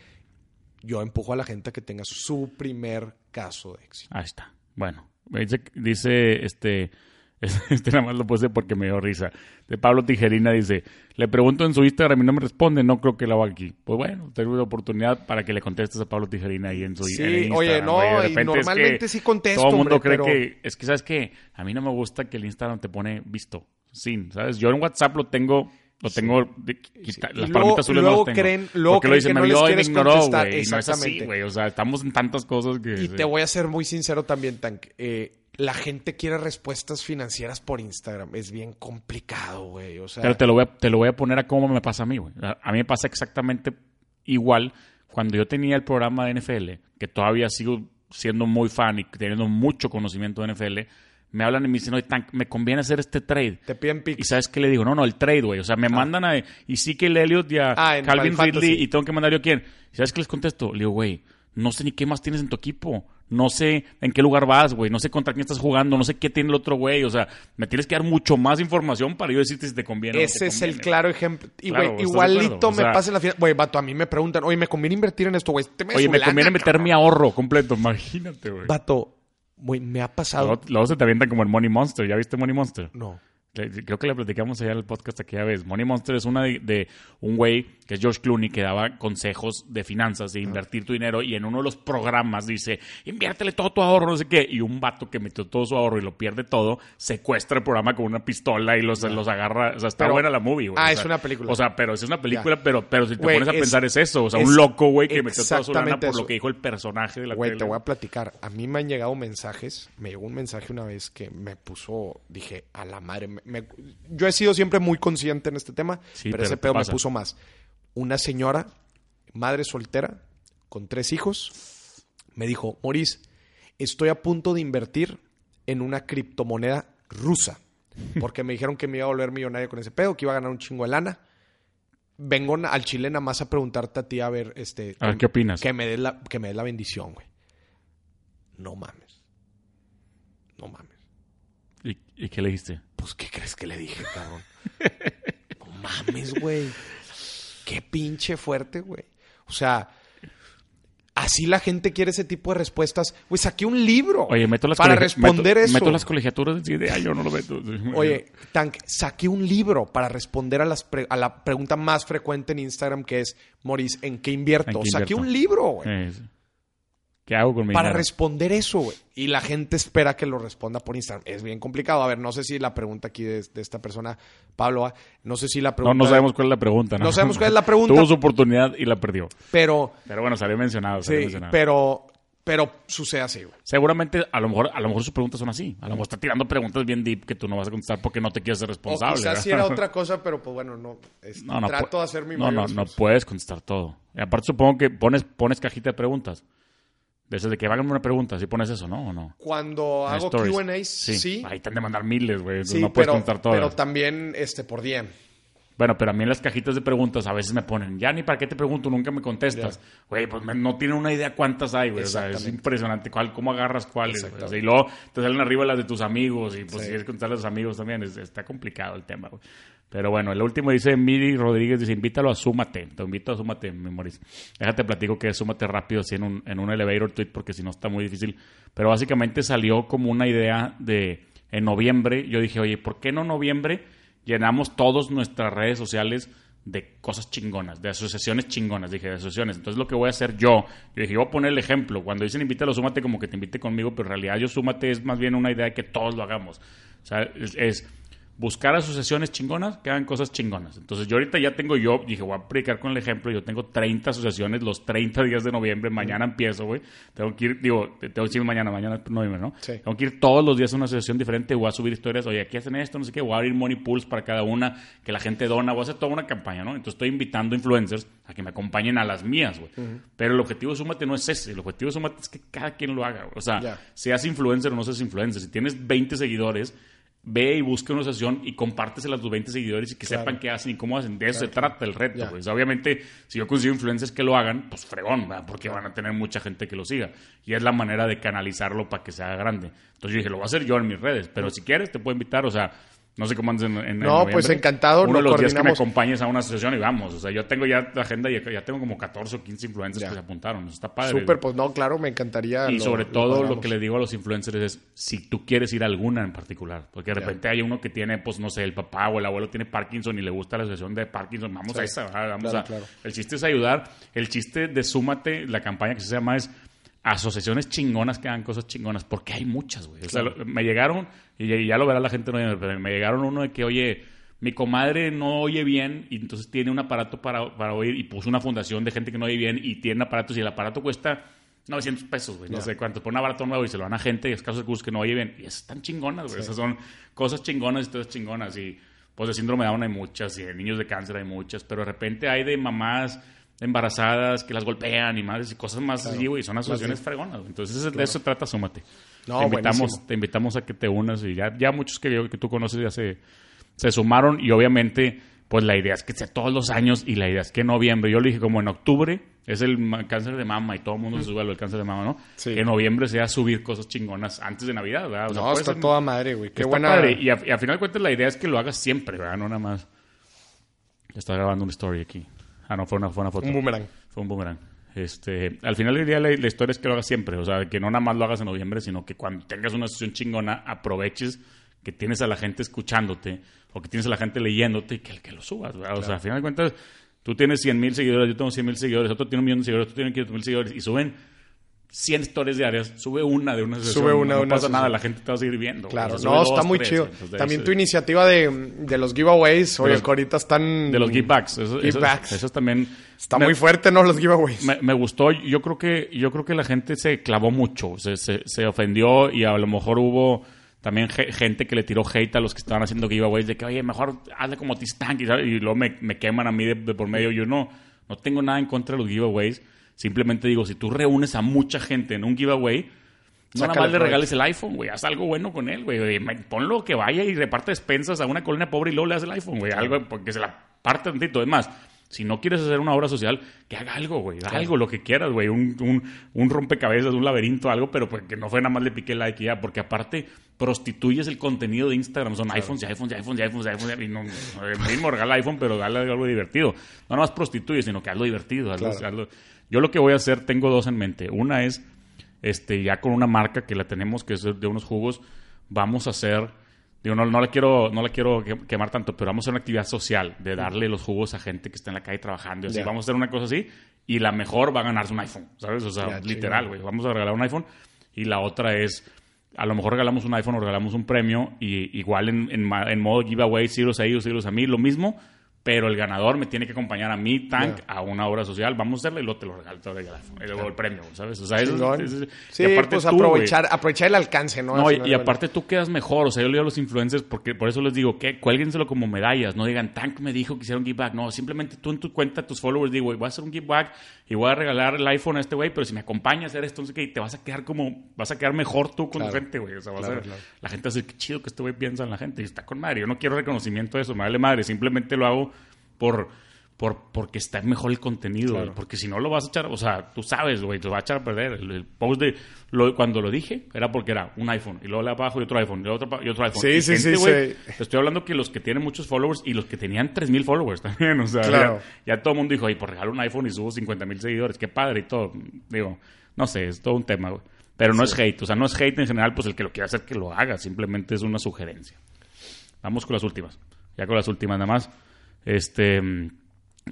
Yo empujo a la gente a que tenga su primer caso de éxito. Ahí está. Bueno, me dice, dice este, [laughs] este nada más lo puse porque me dio risa. De Pablo Tijerina dice, le pregunto en su Instagram y no me responde, no creo que lo haga aquí. Pues bueno, tengo una oportunidad para que le contestes a Pablo Tijerina ahí en su Sí, en el Instagram. oye, no, De y repente es que normalmente sí contesto, Todo el mundo cree hombre, pero- que, es que sabes que a mí no me gusta que el Instagram te pone visto, sin, ¿sabes? Yo en WhatsApp lo tengo... Lo tengo, de- quita- Y las luego- palomitas azules luego no las tengo. creen- luego Porque creen dicen, que me no les vio y me quieres ignoró, contestar. güey, y no es así, Exactamente. güey. O sea, estamos en tantas cosas que... Y sí. te voy a ser muy sincero también, Tank. Eh, la gente quiere respuestas financieras por Instagram. Es bien complicado, güey. O sea, Pero te lo, voy a, te lo voy a poner a cómo me pasa a mí, güey. A a mí me pasa exactamente igual cuando yo tenía el programa de NFL, que todavía sigo siendo muy fan y teniendo mucho conocimiento de NFL, me hablan y me dicen, oye, Tank, me conviene hacer este trade. te piden Y pics. sabes qué le digo, no, no, el trade, güey. O sea, me mandan a Ezekiel Elliott y a Ah, en Calvin Final Ridley Fantasy. y tengo que mandar yo a quién. ¿Y sabes qué les contesto? Le digo, güey, no sé ni qué más tienes en tu equipo. No sé en qué lugar vas, güey. No sé contra quién estás jugando. No sé qué tiene el otro güey. O sea, me tienes que dar mucho más información para yo decirte si te conviene o no Ese te es el conviene. claro ejemplo. Y, Claro, güey, ¿estás de igualito acuerdo? O me sea- pasa en la final. Güey, vato, a mí me preguntan, oye, ¿me conviene invertir en esto, güey? Te metes Oye, su me lana, conviene meter cabrón. mi ahorro completo. [laughs] Imagínate, güey. Vato, güey, me ha pasado. Luego, luego se te avientan como el Money Monster. ¿Ya viste Money Monster? No. Le- Creo que le platicamos allá en el podcast aquella vez. Money Monster es una de, de un güey que es George Clooney que daba consejos de finanzas, de Ah. invertir tu dinero y en uno de los programas dice, inviértele todo tu ahorro, no sé qué. Y un vato que metió todo su ahorro y lo pierde todo, secuestra el programa con una pistola y los, los agarra. O sea, está Ah. Pero- buena la movie, güey. Ah, O sea, es una película. O sea, pero es una película, pero, pero si te Güey, pones a es- pensar es eso. O sea, es un loco, güey, que metió toda su lana exactamente por eso. lo que dijo el personaje de la Güey, te tele. voy a platicar. A mí me han llegado mensajes. Me llegó un mensaje una vez que me puso, dije, a la madre. me- me- yo he sido siempre muy consciente en este tema, Sí, pero, pero ese te pedo me pasa. puso más. Una señora, madre soltera, con tres hijos, me dijo, Moris, estoy a punto de invertir en una criptomoneda [laughs] rusa. Porque me dijeron que me iba a volver millonario con ese pedo, que iba a ganar un chingo de lana. Vengo na- al Chile nada más a preguntarte a ti a ver, este, A ver, Ah, ¿qué opinas? que me des la, que me des la bendición, güey. No mames. No mames. ¿Y, y qué le dijiste? Pues, ¿qué crees que le dije, cabrón? [laughs] no mames, güey. Qué pinche fuerte, güey. O sea, así la gente quiere ese tipo de respuestas. Güey, saqué un libro. Oye, meto las, Para colegia- responder meto- eso. meto las colegiaturas del siguiente año, no lo meto. [laughs] Oye, Tank, saqué un libro para responder a, las pre- a la pregunta más frecuente en Instagram que es, Moris, ¿en qué invierto? ¿En qué Saqué invierto? un libro, güey. Eh, sí. ¿Qué hago con mi para dinero? responder eso, güey. Y la gente espera que lo responda por Instagram. Es bien complicado. A ver, no sé si la pregunta aquí de, de esta persona, Pablo, ah, no sé si la No, pregunta. no sabemos cuál es la pregunta. No [laughs] sabemos cuál es la pregunta. Tuvo su oportunidad y la perdió. Pero, Pero bueno, salió mencionado. salió sí, mencionado. pero, pero sucede así, güey. Seguramente, a lo, mejor, a lo mejor sus preguntas son así. A lo mejor está tirando preguntas bien deep que tú no vas a contestar porque no te quieres ser O responsable. quizás si [laughs] era ¿verdad? otra cosa, pero pues bueno, no. este, No, no trato pu- de hacer mi No, mayor no, no esfuerzo. puedes contestar todo. Y aparte supongo que pones, pones cajita de preguntas. Desde que hagan una pregunta, si pones eso, ¿no? ¿O no? Cuando En hago stories. QA, sí. Ahí te han de mandar miles, güey. entonces Sí, no puedes pero, contestar todo. pero también este, por DM. Bueno, pero a mí en las cajitas de preguntas a veces me ponen, ya ni para qué te pregunto, nunca me contestas. Güey, pues me- no tienen una idea cuántas hay, güey. O sea, es Exactamente. impresionante cuál, cómo agarras cuáles. güey. O sea, Exactamente. y luego te salen arriba las de tus amigos y pues si Sí. quieres contarle a tus amigos también. es- está complicado el tema, güey. Pero bueno, el último dice Miri Rodríguez, dice, invítalo a Súmate. Te invito a Súmate, mi Maurice. Déjate platico que es Súmate rápido así en un, en un elevator tweet porque si no está muy difícil. Pero básicamente salió como una idea de en noviembre. Yo dije, oye, ¿por qué no noviembre llenamos todas nuestras redes sociales de cosas chingonas, de asociaciones chingonas, dije, de asociaciones. Entonces lo que voy a hacer yo, yo dije, voy a poner el ejemplo. Cuando dicen invítalo, súmate como que te invite conmigo, pero en realidad yo súmate es más bien una idea de que todos lo hagamos. O sea, es, es buscar asociaciones chingonas que hagan cosas chingonas. Entonces yo ahorita ya tengo yo, dije, voy a aplicar con el ejemplo, yo tengo 30 asociaciones los 30 días de noviembre, mañana empiezo, güey. Tengo que ir, digo, te- tengo que ir mañana, mañana es noviembre, ¿no? Sí. Tengo que ir todos los días a una asociación diferente, voy a subir historias, oye, aquí hacen esto, no sé qué, voy a abrir money pools para cada una, que la gente dona, voy a hacer toda una campaña, ¿no? Entonces estoy invitando influencers a que me acompañen a las mías, güey. Pero el objetivo de Súmate no es ese, el objetivo de Súmate es que cada quien lo haga, güey. o sea, Ya. seas influencer o no seas influencer, si tienes 20 seguidores, ve y busca una asociación y compártesela a tus 20 seguidores y que Claro. sepan qué hacen y cómo hacen. De eso se trata el reto. Ya. güey. O sea, obviamente, si yo consigo influencers que lo hagan, pues fregón, ¿verdad? porque van a tener mucha gente que lo siga. Y es la manera de canalizarlo para que sea grande. Entonces yo dije, lo voy a hacer yo en mis redes, pero si quieres te puedo invitar, o sea... No sé cómo andas en, en- en No, pues, noviembre. encantado, Uno lo de los días que me coordinamos. acompañes a una asociación y vamos. O sea, yo tengo ya la agenda y ya tengo como 14 o 15 influencers Ya. que se apuntaron. Eso está padre. güey. Súper, pues no, claro, me encantaría. Y lo- sobre lo todo lo cuadramos. que le digo a los influencers es si tú quieres ir a alguna en particular, porque de Ya. repente hay uno que tiene, pues no sé, el papá o el abuelo tiene Parkinson y le gusta la asociación de Parkinson, vamos Sí. a esa, ¿verdad? vamos Claro, a... claro. El chiste es ayudar, el chiste de súmate, la campaña que se llama es asociaciones chingonas que hagan cosas chingonas, porque hay muchas, güey. O sea, lo- me llegaron, y ya- y ya lo verá la gente, no, pero me llegaron uno de que, oye, mi comadre no oye bien y entonces tiene un aparato para, para oír y puso una fundación de gente que no oye bien y tiene aparatos y el aparato cuesta 900 pesos, güey, no Ya. sé cuánto, por un aparato nuevo y se lo dan a gente de escasos recursos que no oye bien. Y esas están chingonas, güey. Esas son cosas chingonas, historias chingonas. Y pues de síndrome de Down hay muchas y de niños de cáncer hay muchas, pero de repente hay de mamás embarazadas que las golpean y madres y cosas más así, güey. y Son asociaciones fregonas. güey. Entonces de eso trata Súmate. No, te, invitamos, buenísimo. te invitamos a que te unas y ya, ya muchos que, yo- que tú conoces ya se, se sumaron y obviamente pues la idea es que sea todos los años y la idea es que en noviembre, yo le dije como en octubre es el ma- cáncer de mama y todo el mundo se sube al cáncer de mama, ¿no? Sí. Que en noviembre sea subir cosas chingonas antes de Navidad, ¿verdad? O sea, No, puede está ser- toda madre, güey. Qué está buena. padre. Y, a- y al final de cuentas la idea es que lo hagas siempre, ¿verdad? No nada más. Ya está grabando una story aquí. Ah, no, fue una, fue una foto. Un boomerang. Fue un boomerang. Este, al final del día la, la historia es que lo hagas siempre, o sea, que no nada más lo hagas en noviembre, sino que cuando tengas una sesión chingona aproveches que tienes a la gente escuchándote o que tienes a la gente leyéndote y que, que lo subas, ¿verdad? o sea, al final de cuentas tú tienes 100 mil seguidores, yo tengo 100 mil seguidores, otro tiene un millón de seguidores, tú tienes 500 mil seguidores y suben 100 stories diarias, sube una de una sesión, Sube una no de una pasa nada, sesión. la gente te va a seguir viendo. Claro, o sea, sube no, dos, está muy tres, chido. entonces, También ahí tu se- iniciativa de, de los giveaways, oye, los- que ahorita están... de los givebacks, eso, eso- Givebacks. eso también Está me- muy fuerte, ¿no? Los giveaways. Me, me gustó, yo creo que yo creo que la gente se clavó mucho, se, se, se ofendió y a lo mejor hubo también ge- gente que le tiró hate a los que estaban haciendo giveaways de que, oye, mejor hazle como Tistanqui, ¿sabes? y luego me, me queman a mí de, de por medio. Yo no, no tengo nada en contra de los giveaways, simplemente digo, si tú reúnes a mucha gente en un giveaway, no nada Sácale más le provecho. regales el iPhone, güey. Haz algo bueno con él, güey. Oye, man, Ponlo que vaya y reparte despensas a una colonia pobre y luego le das el iPhone, güey. Algo porque se la parte tantito. Es más, si no quieres hacer una obra social, que haga algo, güey. Haz Algo, lo que quieras, güey. Un, un, un rompecabezas, un laberinto, algo, pero pues que no fue nada más le pique like y ya. Porque aparte prostituyes el contenido de Instagram. Son iPhones y iPhones y iPhones y iPhones y iPhones. Y no, no, el mismo regala iPhone, pero dale algo divertido. No nada más prostituyes, sino que hazlo divertido. hazlo- Claro. hazlo- Yo lo que voy a hacer, tengo dos en mente. Una es este, ya con una marca que la tenemos, que es de unos jugos, vamos a hacer, digo, no, no la quiero, no la quiero que- quemar tanto, pero vamos a hacer una actividad social de darle los jugos a gente que está en la calle trabajando y así, Ya. vamos a hacer una cosa así, y la mejor va a ganarse un iPhone, ¿sabes? O sea, Ya, literal, chingón. güey, vamos a regalar un iPhone, y la otra es, a lo mejor regalamos un iPhone o regalamos un premio, y igual en, en, ma- en modo giveaway, ciros a ellos, ciros a mí, lo mismo, pero el ganador me tiene que acompañar a mí, Tank, Ya. a una obra social. Vamos a hacerle y luego te lo regalo, te lo regalo, el, el premio, ¿sabes? O sea, eso- Chingón. eso- Sí, y aparte pues tú, aprovechar, aprovechar el alcance, ¿no? güey. No, Al y- final, y, bueno. aparte tú quedas mejor. O sea, yo le digo a los influencers, porque por eso les digo que cuélguenselo como medallas. No digan, Tank me dijo que hicieron give back. No, simplemente tú en tu cuenta, tus followers, digo, güey, voy a hacer un give back y voy a regalar el iPhone a este güey, pero si me acompaña a hacer esto, no sé qué, y te vas a quedar como, vas a quedar mejor tú con tu Claro. gente, güey. O sea, vas Claro, a, claro. la gente va a decir, qué chido que este güey piensa en la gente. Y está con madre. Yo no quiero reconocimiento de eso, me vale madre. Simplemente lo hago por, por, porque está mejor el contenido, Claro. güey, porque si no lo vas a echar, o sea, tú sabes, güey, te lo va a echar a perder. El, el post de, lo- cuando lo dije, era porque era un iPhone, y luego le abajo y otro iPhone, y otro, pa- y otro iPhone. Sí, Y sí, sí, güey, sí. te Estoy hablando que los que tienen muchos followers y los que tenían 3.000 followers también, o sea, Claro. ya, ya todo el mundo dijo, ay, pues regalo un iPhone y subo 50.000 seguidores, qué padre y todo. Digo, no sé, es todo un tema, güey. Pero no es hate, o sea, no es hate en general, pues el que lo quiera hacer que lo haga, simplemente es una sugerencia. Vamos con las últimas. Ya con las últimas nada más. Este, mm,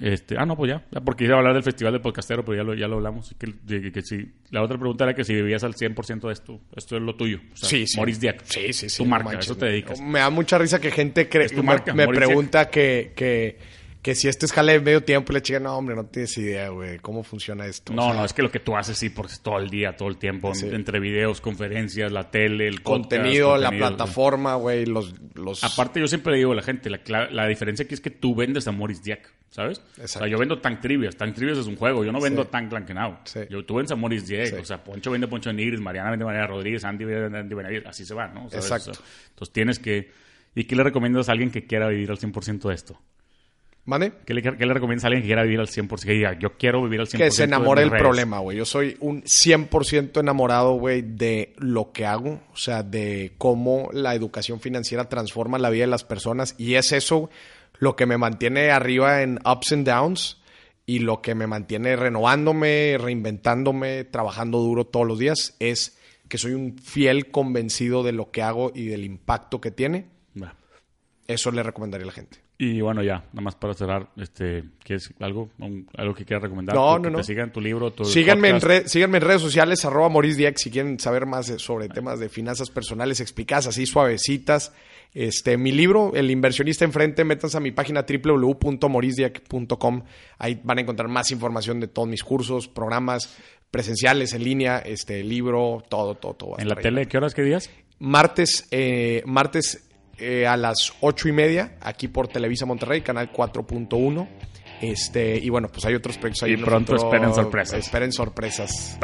este, ah, no, pues ya, ya, porque iba a hablar del Festival de Podcastero, pero ya lo, ya lo hablamos. Que, de- que si- la otra pregunta era que si vivías al 100% de esto, esto es lo tuyo. O sea, Sí, sí. Maurice Diak. Sí, sí, sí. Tu no marca, a manches. eso te dedicas. Me da mucha risa que gente cree, Es tu me- marca, me, Mauricio. pregunta que, que, que si este es jale de medio tiempo y le chica, no, hombre, no tienes idea, güey, cómo funciona esto. No, O sea, no, es que lo que tú haces sí, porque es todo el día, todo el tiempo, Sí. entre videos, conferencias, la tele, el podcast, contenido, la contenido, plataforma, güey, los, los... Aparte, yo siempre le digo a la gente, la, cla- la diferencia aquí es que tú vendes a Moris Diak, ¿sabes? O sea, Exacto. yo vendo Tank Trivias, Tank Trivias es un juego, yo no vendo Sí. Tank Clankenau. Sí. Yo, tú vendes a Moris Diak, Sí. o sea, Poncho vende a Poncho Nigris, Mariana vende a Mariana Rodríguez, Andy vende a Andy Benavides, así se va, ¿no? ¿Sabes? Exacto. O sea, entonces tienes que... ¿Y qué le recomiendas a alguien que quiera vivir al 100% de esto? ¿Mande? ¿Qué le, qué le recomiendas a alguien que quiera vivir al 100%? Que diga, yo quiero vivir al 100% Que se de enamore mis del redes"? problema, güey. Yo soy un 100% enamorado, güey, de lo que hago. O sea, de cómo la educación financiera transforma la vida de las personas. Y es eso lo que me mantiene arriba en ups and downs y lo que me mantiene renovándome, reinventándome, trabajando duro todos los días. Es que soy un fiel convencido de lo que hago y del impacto que tiene. Va. Eso le recomendaría a la gente. Y bueno, ya, nada más para cerrar, este, ¿quieres algo, Un- algo que quieras recomendar? No, O que no, no. Te sigan tu libro, tu Síganme en, podcast. red- síganme en redes sociales, arroba Maurice Diak, si quieren saber más de- sobre temas de finanzas personales explicadas así, suavecitas. Este, mi libro, El inversionista enfrente, métanse a mi página www.morisdiac.com. Ahí van a encontrar más información de todos mis cursos, programas presenciales, en línea, este libro, todo, todo, todo. va a ¿En la estar ahí. tele? ¿Qué horas, qué días? Martes, eh, martes eh, a las ocho y media, aquí por Televisa Monterrey, canal 4.1. Este, y bueno, pues hay otros proyectos ahí. Y pronto Nosotros- esperen sorpresas. Esperen sorpresas.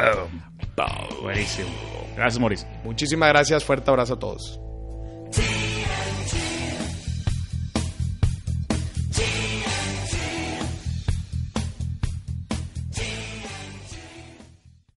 Buenísimo. Gracias, Mauricio. Muchísimas gracias, fuerte abrazo a todos.